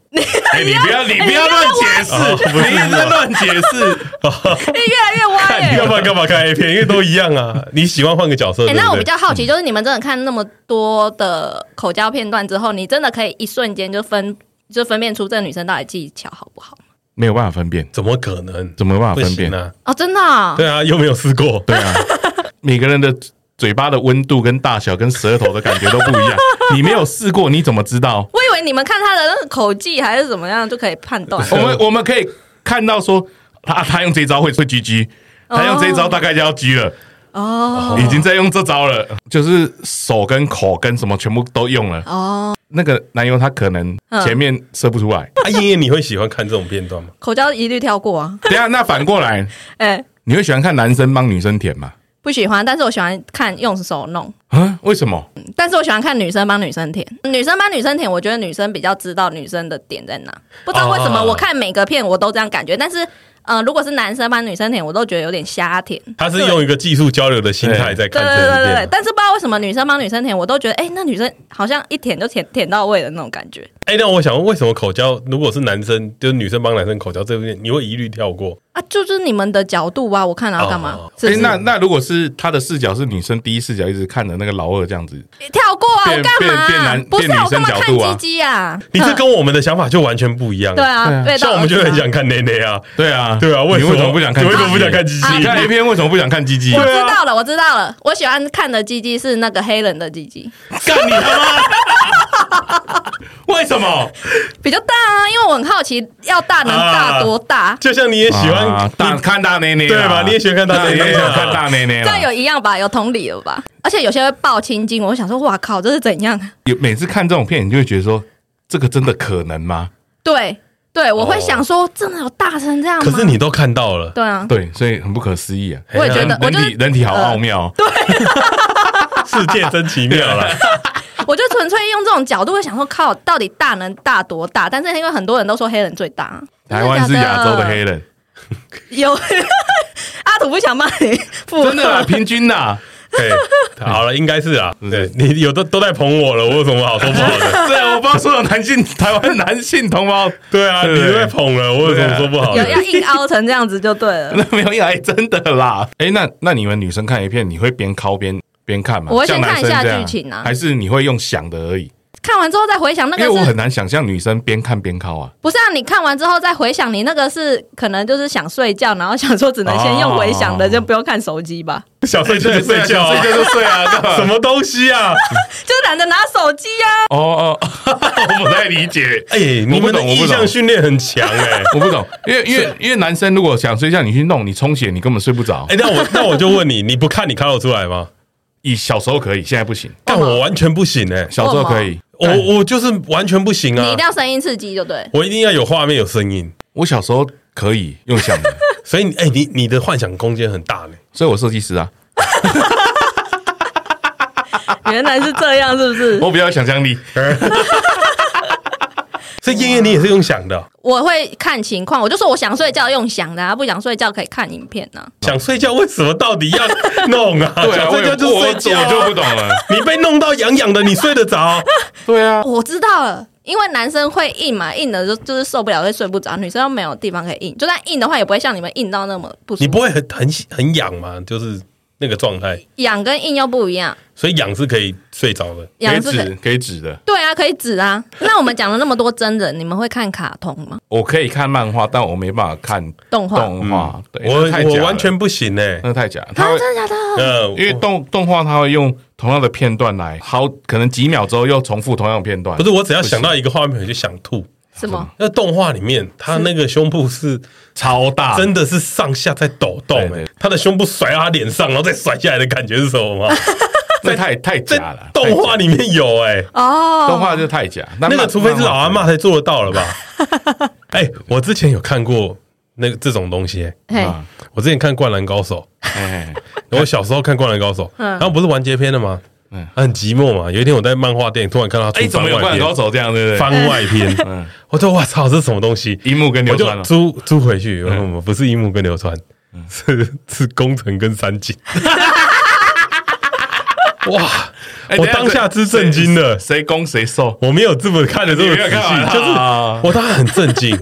B: 哎，你不要你不要乱解释，
C: 哦不是
B: 你一直在乱解释。
A: 你越来越
C: <laughs>
A: 歪耶、
C: 干嘛干嘛看哦 A 片，因为都一样
A: <laughs>
C: 啊。你喜欢换个角色，
A: 哎、
C: 对不对
A: 那我比较好奇，就是你们真的看那么多的口交片段之后，你真的可以一瞬间就分就分辨出这个女生到底技巧好不好吗？
B: 没有办法分辨，
C: 怎么可能？
B: 怎么办法分辨
C: 不行？啊？
A: 哦，真的啊、
C: 对啊，又没有试
A: <laughs>
C: 过。
B: 对啊， <laughs> 每个人的嘴巴的温度跟大小跟舌头的感觉都不
A: <laughs>
B: 一样。你没有试过，你怎么知道？
A: 我以为你们看她的那个口技还是怎么样就可以判
B: <laughs>
A: 断。
B: 我们我们可以看到说，他他用这一招会会狙狙，他用这一招大概就要狙了。
A: 哦
B: 已经在用这招了，就是手跟口跟什么全部都用了。
A: 哦，嗯
B: 那个男友他可能前面射不出来，
C: 啊，燕燕，你会喜欢看这种片段吗？
A: 口交一律跳过啊。
B: 等一下那反过来，
A: 哎、
B: 你会喜欢看男生帮女生舔吗？
A: 不喜欢，但是我喜欢看用手弄。
B: 啊，为什么？
A: 但是我喜欢看女生帮女生舔，女生帮女生舔，我觉得女生比较知道女生的点在哪。不知道为什么，
C: 哦
A: 我看每个片我都这样感觉，但是。呃，如果是男生帮女生舔，我都觉得有点瞎舔。
C: 他是用一个技术交流的心态在
A: 对
C: 看
A: 对
C: 这
A: 对
C: 一
A: 对对
C: 片。，
A: 但是不知道为什么女生帮女生舔，我都觉得哎、那女生好像一舔就舔舔到位的那种感觉。
C: 哎，那我想问，为什么口交如果是男生，就是女生帮男生口交这部片，你会一律跳过？
A: 啊，就是你们的角度吧，我看了要干嘛？
C: 哦
A: 是不
B: 诶
A: 是、
B: 那那如果是他的视角是女生第一视角，一直看着那个老二这样子，
A: 跳过啊，
B: 变
A: 我干嘛、
B: 变变男
A: 不是
B: 变
A: 啊，
B: 女
A: 我
B: 生
A: 干嘛
B: 角
A: 看
B: 度啊
A: 鸡鸡啊？
C: 你这
A: 嗯
C: 跟我们的想法就完全不一样。
A: 对，啊，
B: 对
A: 对，
C: 像我们就很想看内内啊，
B: 对啊，
C: 对啊，为
B: 你
C: 什
B: 为什
C: 么
B: 么不想看？
C: 你为什么不想看？鸡鸡？
A: 啊
B: 你看 A 片为什么不想看鸡鸡？
A: 我知道了，我知道了，我喜欢看的鸡鸡是那个黑人的鸡鸡，
B: 干你他妈！为什么？
A: 比较大啊，因为我很好奇要大能大多大，
C: 就像你也喜欢
B: 啊大看大内内啦，
C: 对吧你也喜欢看大
B: 那
C: 内内啊
B: 你也喜欢看大内内
A: 这
B: 啦。
A: 样有一样吧，有同理了吧？而且有些会爆青筋，我想说，哇靠，这是怎样？啊
B: 有每次看这种片，你就会觉得说，这个真的可能吗？
A: 对对，我会
C: 哦
A: 想说，真的有大成这样吗？
C: 可是你都看到了，
A: 对啊，
B: 对，所以很不可思议啊！
A: 我也觉得，我
B: 人
A: 就
B: 体
A: 是呃
B: 人体好奥妙哦，
C: 世界真奇妙啦。
A: 我就纯粹用这种角度会想说，靠，到底大能大多大？但是因为很多人都说黑人最大，啊
B: 台湾是
A: 真假
B: 亚洲的黑
A: <laughs>
B: 人，
A: 有。 <laughs> 阿土不想骂你，不
B: 真的啊啦，平均
A: <laughs>
B: 啦，
C: <laughs> 对，好了，应该是啊。
B: 是
C: 对你有都都在捧我了，我有什么好说不好的？
B: 对，我帮所有男性台湾男性同胞，
C: 对啊，
B: 对
C: 你
B: 对对
C: 都在捧了，我有什么说不好
A: 有要
C: 的？
A: 硬凹成这样子就对了。
B: <laughs> 那没有一来真的
A: <laughs>
B: 啦。哎，那那你们女生看 A 片，你会边敲边边看吗？
A: 我会先
B: 像男生
A: 看一下
B: 这样
A: 剧情啊
B: 还是你会用想的而已？
A: 看完之后再回想那
B: 因为
A: 个
B: 我
A: 是
B: 很难想象女生边看边敲
A: <laughs>
B: 啊。
A: 不是啊？你看完之后再回想，你那个是可能就是想睡觉，然后想说只能先用回想的，
B: 哦
A: 就不用看手机吧。
C: 想睡就去睡觉啊，
A: <laughs>
B: 睡觉就睡啊，干嘛 <laughs>
C: 什么东西啊？
A: 就是懒得拿手机啊，
B: 哦哦，我不太理解。
C: 哎、你
B: 我不
C: 们的
B: 懂，我不
C: 意
B: 懂
C: 向。训练很强哎、
B: 我不懂，因为因为因为男生如果想睡觉，你去弄，你充血，你根本睡不着
C: 哎、。那我那我就问你，你不看你看得出来吗？
B: 以小时候可以，现在不行。
C: 但我完全不行哎、
B: 小时候可以，但
C: 我我就是完全不行
A: <laughs> 你
C: 啊
A: 一定！要声音刺激就对。
C: 我一定要有画面有声音，
B: 我小时候可以用想的，
C: 所以你哎、你你的幻想空间很大呢、
B: 所以我设计师啊，
A: 原来是这样，是不是？
B: <laughs> 我比较有想象力。
C: 所以燕燕你也是用想的哦、
A: 我会看情况，我就说我想睡觉用想的、啊，不想睡觉可以看影片呢、啊
C: 想睡觉为什么到底要弄啊？
B: <laughs> 对啊，
C: 想
B: 我
C: 睡
B: 也
C: 觉就
B: 我
C: 睡觉啊、
B: 我就不懂了。
C: 你被弄到痒痒的，你睡得着？
B: 对啊，
A: 我知道了，因为男生会硬嘛，硬的就就是受不了会睡不着，女生又没有地方可以硬，就算硬的话也不会像你们硬到那么不舒
C: 你不
A: 服。
C: 会很很很痒吗？就是那个状态，
A: 痒跟硬又不一样，
C: 所以痒是可以睡着的。
B: 可以
A: 痒是可
B: 指可以指的，
A: 对啊，可以指啊。那我们讲了那么多真人，你们会看卡通吗？
B: 我可以看漫画，但我没办法看
A: 动画？
B: 动画。对
C: 我
B: 哎那太假
C: 我
B: 了
C: 完全不行哎、
B: 那太假了，他
A: 啊，
B: 会
A: 真的假的？
C: 呃，
B: 因为
C: 我
B: 动动画它会用同样的片段来，好可能几秒之后又重复同样的片段。
C: 不是我只要想到一个画面我就想吐。
A: 什么？
C: 那动画里面，他那个胸部是
B: 超大
C: 真的是上下在抖动、
B: 啊对
C: 欸
B: 对，
C: 他的胸部甩到他脸上，然后再甩下来的感觉是什
B: <laughs>
C: 么吗？
B: 那太太
C: 在
B: 假了。
C: 动画里面有哎、
B: <laughs>
C: 欸
A: 哦，
B: 动画就太假，那
C: 那个
B: 漫
C: 除非是老阿
B: 漫
C: 妈才做得到了吧？ <laughs> 哎、我之前有看过那个这种东西、欸
A: 嘿，
B: 画
C: 我之前看《灌篮高手
B: 哎，》，
C: 我小时候看《灌篮
B: <laughs>
C: 高手》，然后不是完结篇的吗？
B: 嗯
C: 他很寂寞嘛。有一天我在漫画店突然看到他
B: 哎，
C: 出
B: 怎
C: 番
B: 么有灌
C: 外
B: 篮高
C: 篇，
B: 手这样，对不对？
C: 番外篇，
B: <laughs> 嗯，
C: 我说哇操，这是什么东西？
B: 樱木跟
C: 我
B: 流川
C: 就
B: 了，
C: 租租回去，
B: 嗯
C: 我们不是樱木跟流川，是 <laughs> 是工程跟
B: <laughs>
C: 三井。哇！
B: 哎
C: 我
B: 等一
C: 当下之震惊了
B: 谁谁攻谁受？
C: 我没有这么看的这
B: 你
C: 么
B: 没有
C: 仔
B: 看完
C: 细，
B: 啊嗯
C: 就是我当然很震惊。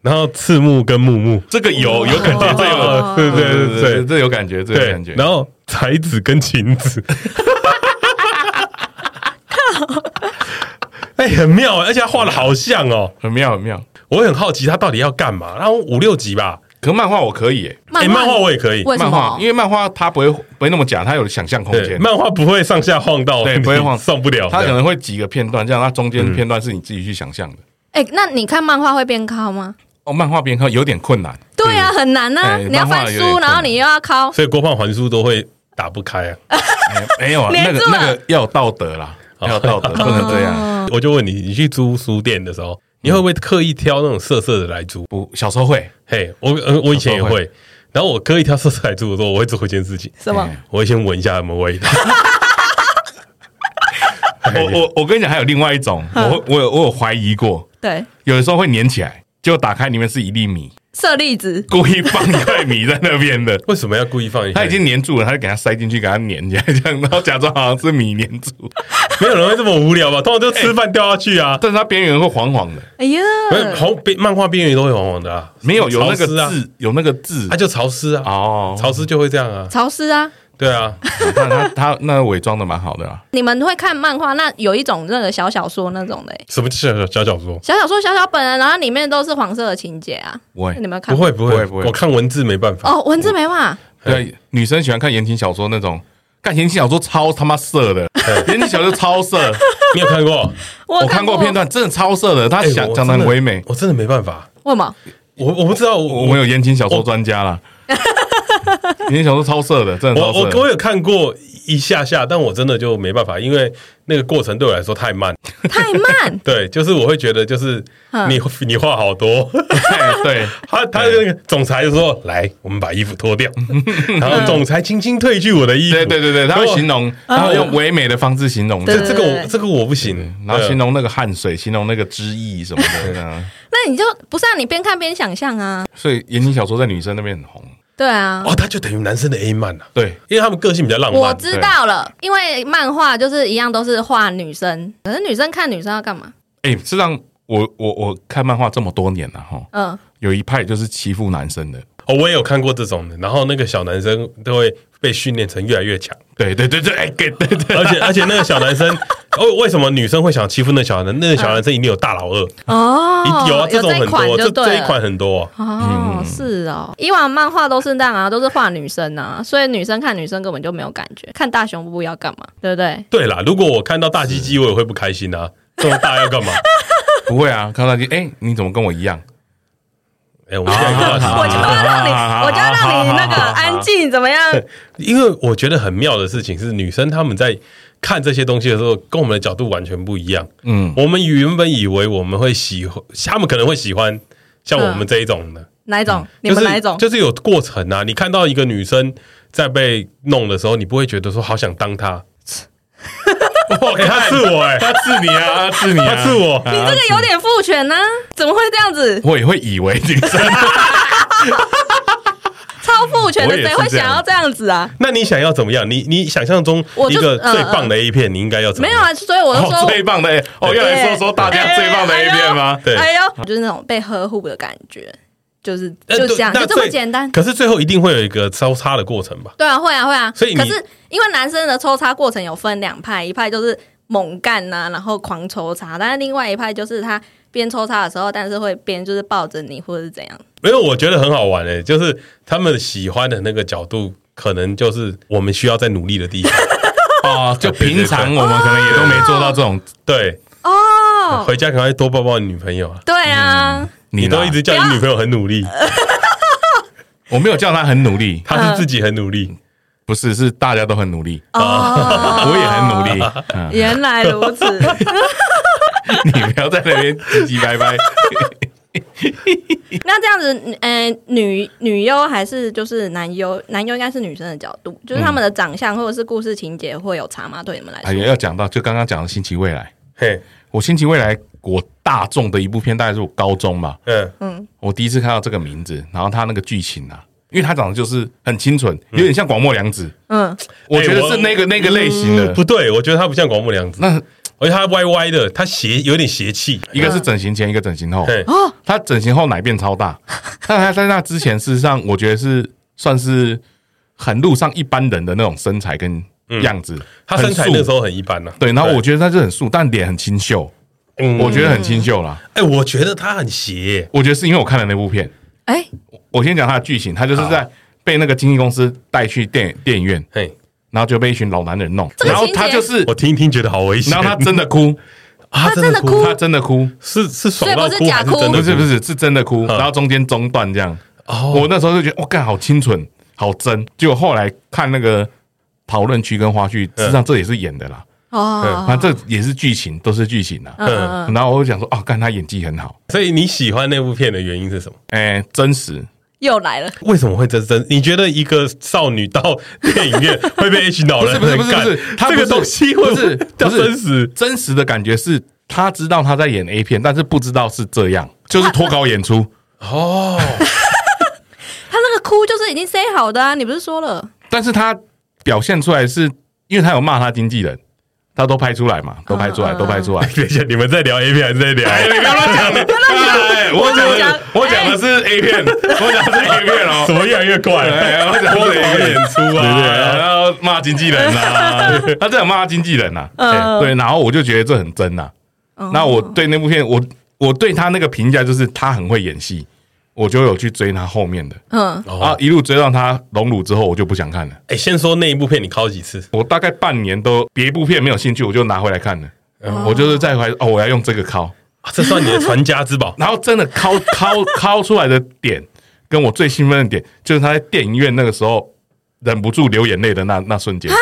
C: 然后赤木跟木木，
B: 这个有有感觉，这有
C: 哦对对对对
B: 这有感觉，这有感觉
C: 对，。然后才子跟晴 <laughs> 子，哎，很妙，而且他画的好像哦，
B: 很妙很妙，
C: 我很好奇他到底要干嘛。然后五六集吧，
B: 可漫画我可以耶，
C: 哎，漫画我也可以，
A: 为什
B: 漫画
A: 么
B: 因？为漫画它不会不会那么假，它有想象空
C: 对，
B: 间。
C: 漫画不会上下晃到， <laughs>
B: 对不会晃
C: 上不了。嗯
B: 它可
C: 这样
B: 能会几个片段，这样它中间片段是你自己去想象的。
A: 哎、那你看漫画会变高吗？
B: 哦，漫画边看有点困难，
A: 对啊，很难呐、
B: 哎
A: 你要翻
B: 漫画有点
A: 书，
B: 困难
A: 然后你又要敲，
C: 所以郭胖还书都会打不开啊。
B: 哎没有啊，那
A: <laughs> 连
B: 个
A: 住了
B: 那个要有道德啦，
C: 哦
B: 要有
A: <laughs>
B: 道德，不能这样。
A: 哦
C: 我就问你，你去租书店的时
B: 嗯
C: 候，你会不会刻意挑那种色色的来租？
B: 不，小时候
C: <laughs>
B: 会，
C: 嘿，我呃我以前也
B: 有时候
C: 会，然后我刻意挑色色来租的时候，我会做一件事情，
A: 什么？
B: 哎
C: 我会先闻一下什么味道。
B: 我我我跟你讲，还有另外一种，我我有我有怀疑过，
A: 对，
B: 有的时候会粘起来，结果打开里面是一粒米，
A: 舍利子。
B: 故意放一块米在那边
C: <laughs>
B: 的
C: <laughs> 。为什么要故意放一下？
B: 他已经粘住了，他就给它塞进去，给它粘起来， <laughs> 这样，然后假装好像是米粘住，
C: 没有人会这么无聊
B: <laughs>
C: 吧？通常就吃饭掉下去啊。
B: 但是它边缘会黄黄
C: <laughs>
B: 的，
A: 哎呀，
C: 没有红边漫画边缘都会黄黄的啊，
B: 没有有那个
C: 潮湿啊，
B: 字，有那个字
C: 它就潮湿啊，
B: 哦，
C: 潮湿就会这样啊，
A: 潮湿啊！
C: 对啊，
B: 他他他 <laughs> 那伪装的蛮好的啦，
A: 你们会看漫画？那有一种那个小小说那种的、欸，
C: 什么小小小小说？
A: 小小说小小本啊，然后里面都是黄色的情节啊。
B: 喂
A: 你们有看
C: 不
A: 过
C: 会不
B: 不
C: 会
B: 会不会
C: 我看文字没办法。
A: 哦，文字没画，
B: 对，女生喜欢看言情小说那种，看言情小说超他妈色
C: <laughs>
B: 的，言情小说超色，
A: <laughs>
C: 你有看过？
A: 我
B: <laughs> 我看过片，段，真的超色的，他
C: 哎
B: 想
C: 我
B: 讲的很
C: 真的
B: 唯美。
C: 我真的没办法，
A: 为什么？
C: 我我不知道，
B: 我
C: 我
B: 们有言情小说专家啦， <laughs> 言情小说超色的，真的
C: 我
B: 超
C: 我
B: 色
C: 我有看过一下下，但我真的就没办法，因为那个过程对我来说太慢。，
A: 太慢
C: 对，就是我会觉得就是
A: 嗯
C: 你你话好多， <laughs>
B: 嘿 <laughs> 对，
C: 他他那
B: 嗯
C: 个总裁就说：“来，我们把衣服
B: <laughs>
C: 脱掉。”然后总裁轻轻褪去我的衣服。
B: 对对对对，他会形容，然后用唯美的方式形容
A: 对
B: 这
C: 这
B: 个，
C: 这个
A: 对
C: 我
A: 对
C: 这个我不行，
B: 然后形
C: 对
B: 容那个汗水，形容那个汁液什么的对啊，
A: 那你就不是啊？你边看边想象啊。
B: 所以言情小说在女生那边很红，
A: 对啊，
C: 哦，他就等于男生的 A 漫啊，
B: 对，
C: 因为他们个性比较浪
A: 我
C: 漫。
A: 知道了，因为漫画就是一样都是画女生，可是女生看女生要干嘛？
B: 哎，事实上我我我看漫画这么多年了哈，吼
A: 嗯，
B: 有一派就是欺负男生的，
C: 哦，我也有看过这种的，然后那个小男生都会被训练成越来越强。
B: 对对对对，哎，给对对，
C: <laughs> 而且而且那个小男生， <laughs> 哦，为什么女生会想欺负那小男生？那个小男生 <laughs> 一定有大老二，
A: 哦
C: 有啊，这种
A: 一
C: 很
A: 款
C: 多，
A: 就
C: 这
A: 对
C: 这一
A: 了
C: 款很多啊。
A: 哦，是哦，以往漫画都是那样啊，都是画女生啊，所以女生看女生根本就没有感觉，看大胸部要干嘛，对不对？
C: 对啦，如果我看到大鸡鸡，我也会不开心啊。这么大要干嘛？
B: 不会啊，看到你，哎、你怎么跟我一样？
C: 哎，我现在
B: 啊
C: 告
A: 我就要让你，
C: 啊
A: 我就要让你那个安静，怎么
C: <laughs>
A: 样？
C: 你，因为我觉得很妙的事情是，女生她们在看这些东西的时候，跟我们的角度完全不一样。
B: 嗯，
C: 我们原本以为我们会喜欢，他们可能会喜欢像我
A: 嗯
C: 们这一种的，
A: 哪一种？你
C: 嗯就是
A: 们哪一种？
C: 就是有过程啊。你看到一个女生在被弄的时候，你不会觉得说好想当
A: <laughs>
C: 她。哇，欸她是我哎、欸，
B: 他治你啊，他治你
C: 她
B: 啊，
C: 是我。
A: 你这个有点父权呢，啊怎么会这样子？
B: 我也会以为女生，
A: 超父权的
B: 我也
A: 谁
B: 是
A: 会
B: 这样
A: 想要这样子啊？
C: 那你想要怎么样？你你想象中
A: 我
C: 一
A: 就
C: 个
A: 嗯
C: 最棒的 A 片，你应该要怎么
A: 没有
C: 样？
A: 啊，所以我就说
B: 哦，最棒的，哦，要来说说大家最棒的 A 片吗？
C: 对
A: 哎呦，就是那种被呵护的感觉，就是
C: 呃
A: 就
C: 对
A: 这样，
C: 那
A: 就这么
C: 最
A: 简单。
C: 可是最后一定会有一个交叉的过程吧？
A: 对啊，会啊，会啊。
C: 所以你
A: 可是因为男生的抽插过程有分两派，一派就是猛干呐、然后狂抽插，但是另外一派就是他边抽插的时候，但是会边就是抱着你或者是怎样。
C: 没有，我觉得很好玩诶、哎就是他们喜欢的那个角度，可能就是我们需要再努力的地
A: <laughs>
C: 方。
B: 哦，就平常我们可能也都没做到这种，
C: 对，
A: 哦，
C: 回家赶快多抱抱你女朋友啊！
A: 对啊，
C: 你都
B: 啦
C: 一直叫你女朋友很努
A: <laughs>
C: 力，
A: 嗯
B: 我没有叫他很努力，
C: 她是自己很努力。
B: 不是，是大家都很努力，
A: 哦，
B: 我也很努。力。嗯
A: <laughs> 原来
C: <laughs>
A: 如此，
B: 你不要在那边唧唧歪歪。
A: 那这样子，呃，女女优还是就是男优，男优应该是女生的角度，就是他们的长相或者是故事情节会有差吗？对你们来
B: 哎
A: 说，
B: 呀，要讲到就刚刚讲的《新奇未来》，
C: 嘿，
B: 我《新奇未来》我大众的一部片，大概是我高中吧，
C: 嗯，
B: 我第一次看到这个名字，然后他那个剧情啊，因为他长得就是很清纯，有点像广末凉子，
A: 嗯，
B: 我
C: 哎
B: 觉得是那个那个类型的
C: <laughs> 不。对，我觉得她不像广木凉子，
B: 那
C: 而且她歪歪的，她邪有点邪气。
B: 一个是整形前，一个整形后，
C: 嘿，
B: 他整形后奶变超
A: <laughs>
B: 大，但他在那之前，事实上我觉得是算是很路上一般人的那种身材跟样子，
C: 她嗯身材
B: 很素
C: 那时候很一般呐、啊。
B: 对，然后我觉得他就很素，但脸很清秀，
C: 嗯
B: 我觉得很清秀啦。
C: 哎、我觉得她很邪耶、
B: 我觉得是因为我看了那部片，
A: 哎、
B: 我先讲他的剧情，他就是在被那个经纪公司带去电电影院，
C: 嘿，
B: 然后就被一群老男人弄，
A: 这个
B: 然后
A: 情节
B: 他就是，
C: 我听一听觉得好危险。
B: 然后他真的哭，
C: <laughs> 啊，
A: 她真的 <laughs> 哭
B: 他真的哭，
C: 是是爽
A: 所以
C: 到
A: 不是
C: 哭
A: 假
C: 还是
A: 哭
C: 真的
B: 不是不是是真的哭，
C: 嗯
B: 然后中间中断这样，
C: 哦
B: 我那时候就觉得，我干好清纯，好真，结果后来看那个讨论区跟花絮，事实上这也是演的啦，
A: 嗯
C: 嗯
A: 哦，
B: 反正这也是剧情，都是剧情啦。
A: 嗯嗯嗯
B: 然后我就想说，哦，干他演技很好，
C: 所以你喜欢那部片的原因是什么？
B: 哎，真实，
A: 又来了。
C: 为什么会这真？你觉得一个少女到电影院会被一
B: <laughs>
C: 群老
B: 不是
C: 人
B: 不是不是
C: 干
B: 不是，他
C: 这
B: 不
C: 个
B: 是
C: 东西会
B: 不是
C: 叫
B: 不是
C: 真实？
B: 真实的感觉是他知道他在演 A 片，但是不知道是这样，就是脱稿演出。
C: 哦，
A: 他那个哭就是已经 say 好的啊，你不是说了？
B: 但是他表现出来是因为他有骂他经纪人，他都拍出来嘛，都拍出来，
A: 嗯
B: 都拍出来。
C: 等一下，你们在聊 A 片还是在聊？
B: 你刚刚讲的，哎我讲
A: 不要乱
B: 的
A: 讲，
B: 我讲的是 A 片，我讲的是 A 片哦
C: 怎。么越来越怪了？
B: 哎，我讲的
C: <laughs>
B: 是 A
C: 演
B: 片。
C: 出
B: 对对，
C: 啊，
B: 然后骂经纪人啊，他这样骂经纪人呐、
A: 嗯
B: 对，然后我就觉得这很真呐、啊那我对那部片，我我对他那个评价就是他很会演戏，我就有去追他后面的，
A: 嗯，
B: 啊，
C: 哦
B: 一路追到他荣辱之后，我就不想看了。
C: 哎，先说那一部片你敲几次？
B: 我大概半年都别部片没有兴趣，我就拿回来看了。我就是再回来哦，我要用这个敲，
C: 啊这算你的传家
B: <laughs>。
C: 之宝
B: 然后真的敲敲敲出来的点，跟我最兴奋的点，就是他在电影院那个时候忍不住流眼泪的那那瞬间。
A: 怎么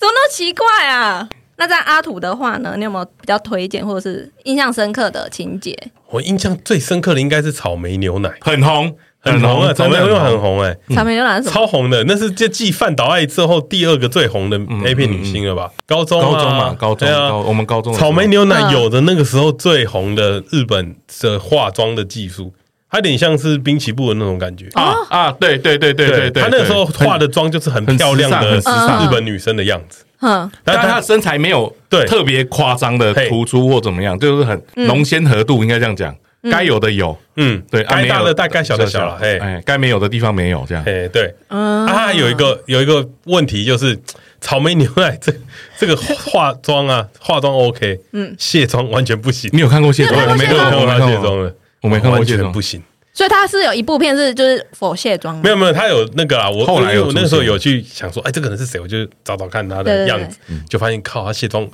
A: 那么奇怪啊？那在阿土的话呢，你有没有比较推荐或者是印象深刻的情节？
C: 我印象最深刻的应该是草莓牛奶，
B: 很红，
C: 很红啊，
B: 真
C: 草莓
B: 的
C: 牛奶很红哎，
A: 长眉牛奶是什么？
C: 超红的，那是这继范岛爱之后第二个最红的 A 片女星了吧？高中啊
B: 嗯高中嘛，高中，
C: 对啊
B: 高我们高中的时候
C: 草莓牛奶有的那个时候最红的日本的化妆的技术，它有点像是滨崎步的那种感觉。
B: 啊啊，对对对对对对，
C: 她那个时候
B: 对
C: 化，的妆就是很
B: 很
C: 漂亮的
B: 很时尚
A: 很时尚
C: 日本女生的样子，
A: 哼，
B: 但
C: 但
B: 但他
C: 她
B: 身材没有
C: 对
B: 特别夸张的
C: 嘿
B: 突出或怎么样，就是很浓鲜合度，应该这样讲，该有的有，
C: 嗯，
B: 对，啊
C: 该
B: 没有
C: 大的大该小的小了，哎
B: 哎，该没有的地方没有，这样
C: 哎，对，
A: 嗯，
C: 啊，她有一个有一个问题就是草莓牛奶这这个化妆啊，化妆 OK，嗯，卸妆完全不行，
B: 你有看过卸妆？
A: 你有看过
B: 我没看
A: 卸妆
B: 过，哎我没看过
C: 我看到卸，妆了，
B: 我没看过
C: 完
B: 卸
C: 全
B: 妆
C: 不，行，
A: 所以它是有一部片是就是否卸妆吗，
C: 没有没有，他有那个啊，我
B: 后来有
C: 我那
B: 出
C: 时候
B: 现
C: 有去想说，哎，这个人是谁？我就找找看他
A: 对对
C: 的
A: 对
C: 样子，就发现靠，他卸妆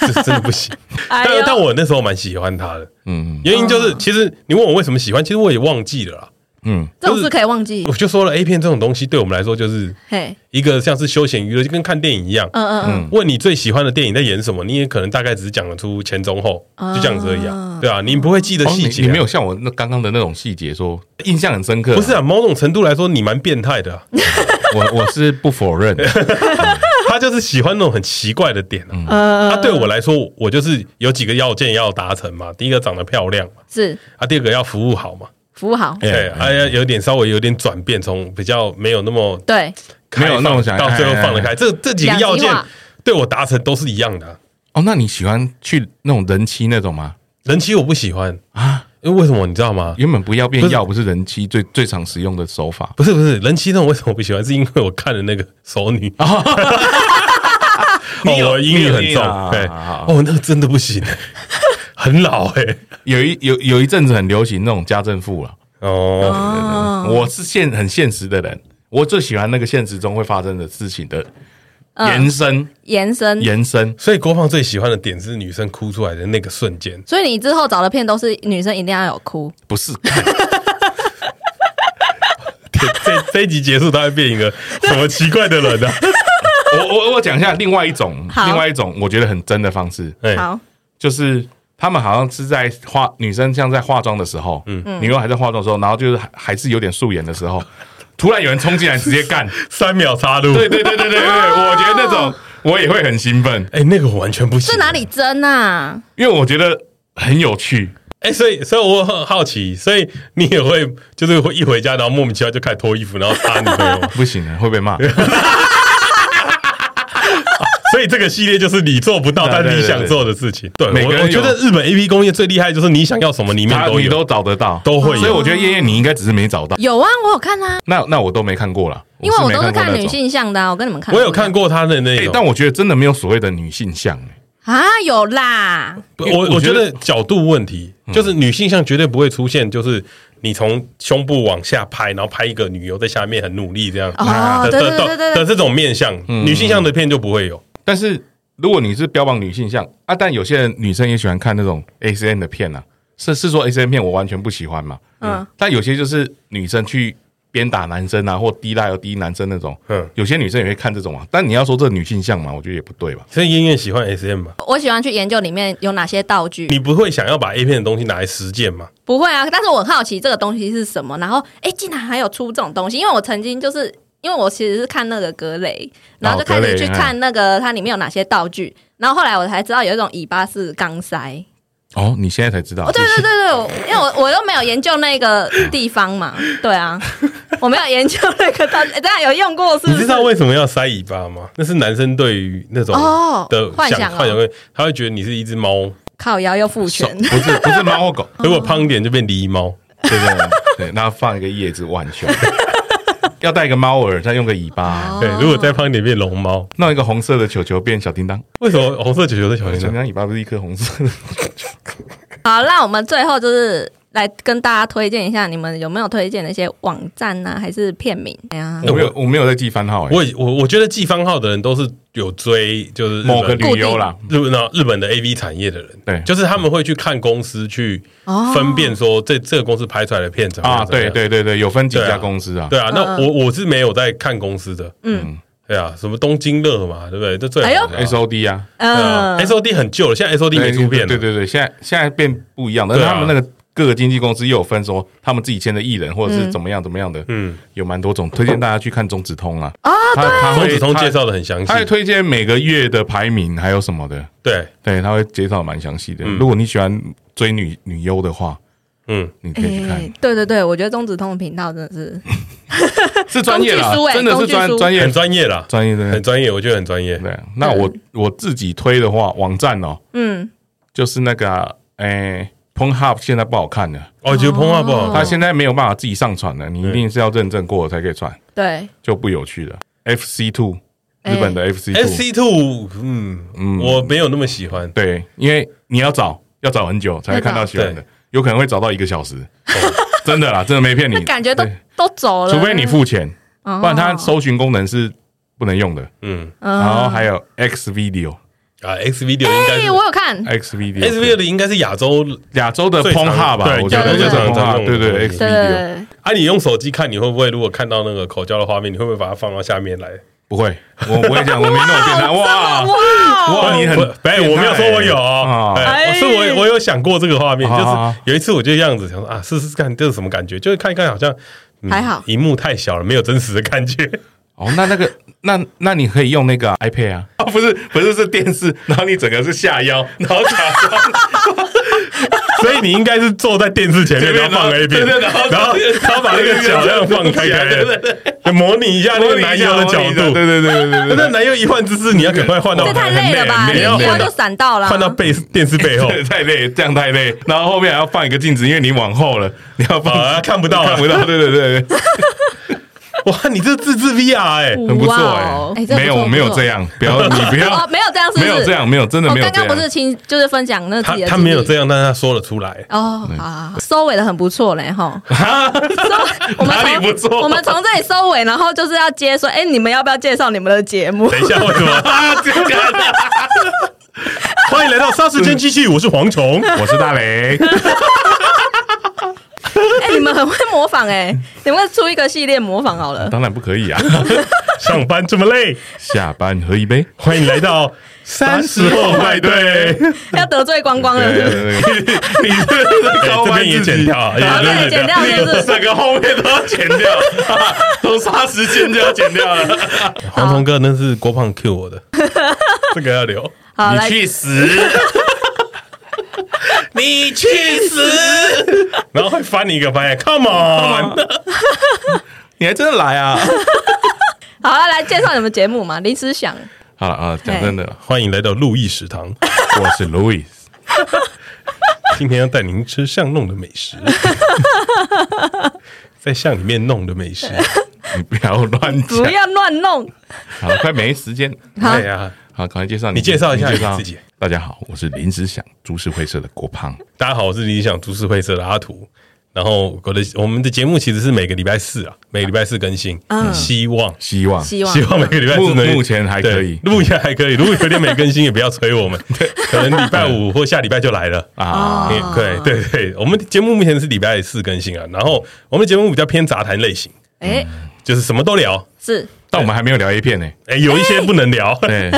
C: 这真的不行。
A: 哎
C: 但
A: 呦
C: 但我那时候蛮喜欢他的，
B: 嗯
C: 原因就是其实你问我为什么喜欢，其实我也忘记了啦。
B: 嗯，
A: 这种事可以忘记
C: 我，就说了，A 片这种东西对我们来说就是
A: 嘿，
C: 一个像是休闲娱乐，就跟看电影一样。
A: 嗯嗯嗯，
C: 问你最喜欢的电影在演什么，你也可能大概只讲得出前中后，就这样子而已啊，对啊，你不会记得
B: 哦
C: 细
B: 你
C: 节啊，
B: 你没有像我那刚刚的那种细节说印象很深刻，
C: 不是啊，某种程度来说，你蛮变态的
A: <laughs>
C: 啊、
B: 我我是不否
C: <laughs>
B: 认，
C: 他就是喜欢那种很奇怪的点
B: 嗯
C: 啊。
A: 呃
C: 他、对我来说，我就是有几个要件要达成嘛，第一个长得漂亮嘛，
A: 是
C: 啊，第二个要服务好嘛，
A: 服务好，
B: 哎
C: 对，哎呀，有点稍微有点转变，从比较没有那么
A: 对，
C: 开放
B: 没有那种想
C: 到最后放得
B: 哎
C: 开，这这几个要件
A: 两极化
C: 对我达成都是一样的啊、
B: 哦，那你喜欢去那种人妻那种吗？
C: 人妻我不喜欢，
B: 啊，
C: 因为为什么你知道吗？
B: 原本不要变
C: 不是
B: 要，不是人妻最最常使用的手法。
C: 不是不是，人妻那种为什么不喜欢？是因为我看了那个
B: <laughs>
C: 熟女， <laughs> 哦，我英语很
B: 你有印
C: 重
B: 啊，
C: 对，
B: 好好
C: 哦，那个真的不行，很老哎、
B: 有一有有一阵子很流行那种家政妇了。
C: 哦，
A: 哦，
B: 我是现很现实的人，我最喜欢那个现实中会发生的事情的
C: 嗯
B: 延伸、
A: 延伸，
B: 延伸。
C: 所以郭放最喜欢的点是女生哭出来的那个瞬间，
A: 所以你之后找的片都是女生一定要有哭，
B: 不
C: <laughs>
B: 是，看
C: 这这这一集结束，他会变一个什么奇怪的人呢、啊？
B: 我我我讲一下另外一种，
A: 好
B: 另外一种我觉得很真的方式，
C: 哎，
A: 好，
B: 就是他们好像是在化女生像在化妆的时候，嗯，女优还在化妆的时候，然后就是还还是有点素颜的时候，突然有人冲进来直接干，
C: 三秒插
B: <laughs>
C: 入，
B: 对对对对对对，我觉得那种我也会很兴奋，
C: 哎、那个我完全不行，
A: 这哪？里真啊？
B: 因为我觉得很有趣。
C: 哎、所以所以我很好奇，所以你也会就是会一回家，然后莫名其妙就开始脱衣服，然后插女朋友吗，
B: 不行了，会被骂。
C: <laughs> 所以这个系列就是你做不到
B: 对
C: 但
B: 对
C: 你
B: 对
C: 想做的事情。对，
B: 每个人
C: 我我觉得日本 A P 工业最厉害就是你想要什么里面
B: 他
C: 都
B: 你
C: 有，
B: 都找得到，
C: 都会有
B: 所以我觉得燕燕你应该只是没找到。
A: 有啊，我有看啊，
B: 那那我都没看过啦，
A: 因为我
B: 没
A: 都是
B: 过
A: 看
B: 那
A: 女
B: 种。
A: 性向的啊，我跟你们看不
C: 我
A: 一样，
C: 有看过他的那
B: 哎、
C: 种，
B: 但我觉得真的没有所谓的女性像、欸
A: 啊，有啦，
C: 我我
B: 我
C: 觉
B: 觉
C: 得
B: 得嗯
C: 角度问题，就是女性向绝对不会出现，就是你从胸部往下拍，然后拍一个女优在下面很努力这样
A: 哦
C: 的的
A: 对对对
C: 的
A: 对
C: 的
A: 对
C: 这种面相，
B: 嗯
C: 女性向的片就不会有。
B: 但是如果你是标榜女性像啊，但有些人女生也喜欢看那种 A C N 的片啊，是是说 A C N 片我完全不喜欢嘛，
A: 嗯，
B: 但有些就是女生去鞭打男生啊，或低拉又低男生那种，
C: 嗯
B: 嗯，有些女生也会看这种啊。但你要说这女性像嘛，我觉得也不对吧。
C: 所以燕燕喜欢 S M 嘛？
A: 我喜欢去研究里面有哪些道具，
C: 你不会想要把 A 片的东西拿来实践嘛？
A: 不会啊，但是我很好奇这个东西是什么，然后哎，竟然还有出这种东西，因为我曾经就是因为我其实是看那个格雷，然后就开
B: 哦格
A: 始
B: 雷
A: 去
C: 嗯
A: 看那个它里面有哪些道具，然后后来我才知道有一种尾巴是钢塞，
B: 哦，你现在才知道，
A: 哦，对
B: 谢谢
A: 对对对，我因为我我又没有研究那个地方嘛，对
C: <laughs>
A: 啊，我没有研究那个道具，诶等一下有用过是不
C: 你
A: 是？
C: 知道为什么要塞尾巴吗？那是男生对于那种
A: 哦
C: 的
A: 幻
C: 想
A: 想哦
C: 幻想会，他会觉得你是一只猫，
A: 靠腰又复权，
B: 不是不是猫或狗，
C: 如果胖一点就变狸猫。
B: 对对对对，那放一个叶子挽胸， <laughs> 要戴一个猫耳，再用个尾巴，
A: 哦
C: 对，如果再胖一点变龙猫。
B: 弄一个红色的球球变小叮当，
C: 为什么红色球球在小
B: 小
C: 心
B: 叮
C: 上？
B: 当尾巴不是一颗红色的？
A: 好，那我们最后就是来跟大家推荐一下，你们有没有推荐的一些网站呢、还是片名？哎呀，
B: 我没有我没有在记番号哎、
C: 我也我我觉得记番号的人都是有追，就是日本
B: 某个旅游啦，
C: 日本那日本的 A V 产业的人，
B: 对
C: 就是他们会去看公司去
A: 哦
C: 分辨说这这个公司拍出来的片怎么样
B: 啊，对，对对对，有分几家公司啊，
C: 怎么样对啊，
A: 嗯
C: 那我我是没有在看公司的，嗯，对啊，什么东京乐嘛，对不对？这最
A: 哎呦
C: 好的啊啊
B: S O D 啊，
C: 对啊
A: 嗯，
C: S O D 很旧了，现在 S O D 没出片了，
B: 对对对，现在现在变不一样了，
C: 对啊
B: 他们那个各个经纪公司又有分说他们自己签的艺人或者是怎么样怎么样的，
C: 嗯
B: 嗯，有蛮多种，推荐大家去看中指通啊，
A: 哦，
B: 他他
C: 手
B: 会
C: 指通介，绍
B: 他
C: 的很详细
B: 他，会推荐每个月的排名还有什么的，
C: 对，
B: 对，他会介绍蛮详细的。如果你喜欢追女女优的话，
C: 嗯，
B: 你可以去看
A: 哎，，对对对，我觉得中子通的频道真的是
B: 是专业啦
A: 工具书，哎
B: 真的是
A: 工
B: 专
A: 具书
B: 专业
C: 很专业啦，
B: 专业的
C: 很。专业，我觉得很专业。
B: 对，那我我自己推的话，网站哦，
A: 嗯，就是
B: 那个啊诶 p o n h u b 现在不好看了，
C: 哦，觉得碰话不好
B: 它
C: 看，
B: 现在没有办法自己上传了，你一定是要认证过了才可以传，
A: 对，
B: 就不有趣了。FC Two，日本的 FC
C: S
B: Two，
C: C Two，嗯，我没有那么喜欢。
B: 对，因为你要找要找很久才会看到喜欢
C: 要哦
B: 的，有可能会找到一个小时， <laughs> 真的啦，真的没骗你
A: 那，感觉都
B: 对
A: 都走了，
B: 除非你付钱，
A: 哦，
B: 不
A: 不
B: 然它搜寻功能是不能用的。
C: 嗯
B: 然后
A: 嗯，
B: 还有 X Video，X
C: 啊，X Video 应该
A: 哎，
C: 是
A: 我有看，
B: Video，
C: X Video 的应该是亚洲
B: 亚洲的
C: 最常
B: Pong h u 吧，
C: 对
B: 我觉
A: 亚
B: 得
A: 洲
B: 就是
A: 最
B: Pong
C: 常
B: h u
C: 用
B: 对对
C: 的
B: X
A: 对
B: Video
A: 对，
C: 啊，你用手机看，你会不会如果看到那个口交的画面，你会不会把它放到下面来？
B: 不会，我我也讲，我没那么变态，哇
A: 哇，
B: 哇，你很
C: 不哎，我没有说我有哦
B: 啊，
C: 哎，我是
A: 哎
C: 我我有想过这个画面，
B: 好
C: 就
B: 好好
C: 是有一次我就这样子想说啊，试试看这是什么感觉，就是看一看好像嗯
A: 还好
C: 荧幕太小了，没有真实的感觉。
B: <laughs> 哦，那那个那那你可以用那个啊 iPad 啊，啊不是不是是电视，然后你整个是下腰，然后假装
C: 所以你应该是坐在电视前
B: 前
C: 面，
B: 面
C: 然后
B: 然
C: 放
B: 后
C: A 片，
B: 对对
C: 然
B: 然
C: 后
B: 后
C: 然后把那个脚这样放开开
B: 对对
C: 的， <laughs> 模拟一下那个男优的角
B: 模拟一下
C: 度。
B: 对对对对对
C: 那男优一换姿势，你要赶快换到
A: 这太累了吧？
B: 很累
A: 你
C: 你要
A: 一
B: 很累
A: 腰
C: 换
A: 就
C: 到
A: 闪到了，
C: 换到背电视背后
B: 对，，太累，这样太累，然后后面还要放一个镜子，因为你往后了，你要放
C: 啊看不到啊
B: 看不到，对对对对，
C: 哇，你这自制 VR 哎，
B: 很不错
A: 哇哦
B: 哎
A: 这，个
B: 没有
A: 不错
B: 我没有
A: 不错
B: 这样，不要你不
A: 哦，
B: 要
A: 没有这样，是不
B: 没
A: 是
B: 有这，样，没有真的
A: 我
B: 没有
A: 刚
B: 这
A: 刚
B: 样
A: 不，是亲，就是分享那自
C: 他
A: 己的，
C: 他没有这。样，但是他说了出来。
A: 哦，好好好，收尾的很不错嘞，哈。收我们
B: 哪里
A: 从
B: 不错
A: 我们从这里收尾，然后就是要接说，哎，你们要不要介绍你们的节目？
C: 等一下，为什么？ <laughs>
B: 啊，这样的，
C: 欢迎来到沙时间机器，我是蝗虫。
B: <laughs> 我是大雷，
A: 哎，你们很会模仿哎，你们出一个系列模仿
B: <laughs>
A: 好了。
B: 当然不可以啊，
C: 上班这么累，
B: 下班喝一杯，
C: 欢迎来到三十后派对。
A: 要得罪光光了，
B: 对
A: 是不
B: 对
A: 是
B: 对对
C: 你哎这边也剪掉，也
A: 啊对剪掉这是
B: 整个后面都要剪掉， <laughs> 从杀时间就要剪掉了。
C: <laughs> 黄虫哥那是郭胖 Q
B: <laughs>
C: 我的，这个要留。
A: 好，来，
B: 死！ <laughs> 你去死！
C: 然后会翻你一个翻页，Come on！
B: <laughs> 你还真的来啊！
A: 好了，来介绍你们节目嘛，临时想。
B: 好了啊，讲真的，
C: 欢迎来到路易食堂，
B: 我是 Louis。 <laughs>
C: 今天要带您吃巷弄的美食，
B: <laughs>
C: 在巷里面弄的美食。
B: 你不要乱讲
A: 不，要乱弄。
B: 好了，快没时间。
A: 好
C: 对哎啊呀，
B: 好，赶快介绍
C: 你介绍一下
B: 你
C: 你自己。
B: 大家好，我是临时想株式会社的郭胖。
C: 大家好，我是理想株式会社的阿图。然后我的我们的节目其实是每个礼拜四啊，每个礼拜四更新，
A: 嗯
C: 希望
B: 希望
A: 希望
C: 希望每个礼拜四
B: 目
C: 能
B: 目前还可以
C: 对目前还可以。如果有点没更新，也不要
B: <laughs>
C: 催我们，可能礼拜五或下礼拜就来了。
B: 啊，
C: 也对对对，我们节目目前是礼拜四更新啊，然后我们节目比较偏杂谈类型，
A: 哎，
C: 就是什么都聊，
A: 是，
B: 但我们还没有聊 A 片呢。
C: 哎，有一些不能聊。
B: 对，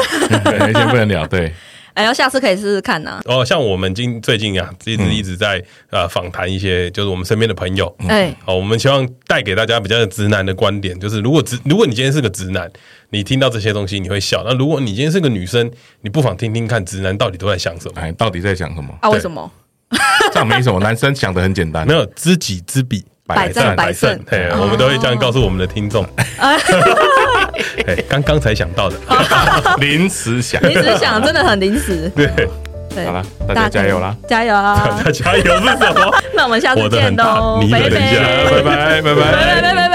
B: 对 <laughs> 先不能聊。对，
A: 哎呦，下次可以试试看啊呐。
C: <laughs> 哦，像我们今最近啊，一直
B: 嗯
C: 一直在呃访谈一些就是我们身边的朋友，
A: 哎，
C: 好，我们希望带给大家比较直男的观点，就是如果直，如果你今天是个直男，你听到这些东西你会笑；那如果你今天是个女生，你不妨听听看直男到底都在想什么。
B: 哎，到底在想什么？
A: 啊，
C: 对
A: 为什么？
B: 这样没什么，男生想的很简单，
C: <laughs> 没有知己知彼，
A: 嗯百战百胜哦
C: 嘿，我们都会这样告诉我们的听众。嘿刚刚才想到的，
B: 临时想。
A: 临时想真的很临时。
C: 对，
A: 对，
B: 好啦大家加油
A: <laughs>
B: 啦，
A: 加
C: <laughs>
A: 油啊！
C: <laughs> 大家有是什么？
A: 那我们下
C: 我
A: 次
C: 的很
A: 见
C: 大
A: 喽，
C: 你
A: 拜
C: 的
A: 拜
C: 很小
B: 拜拜拜拜
A: 拜拜拜拜。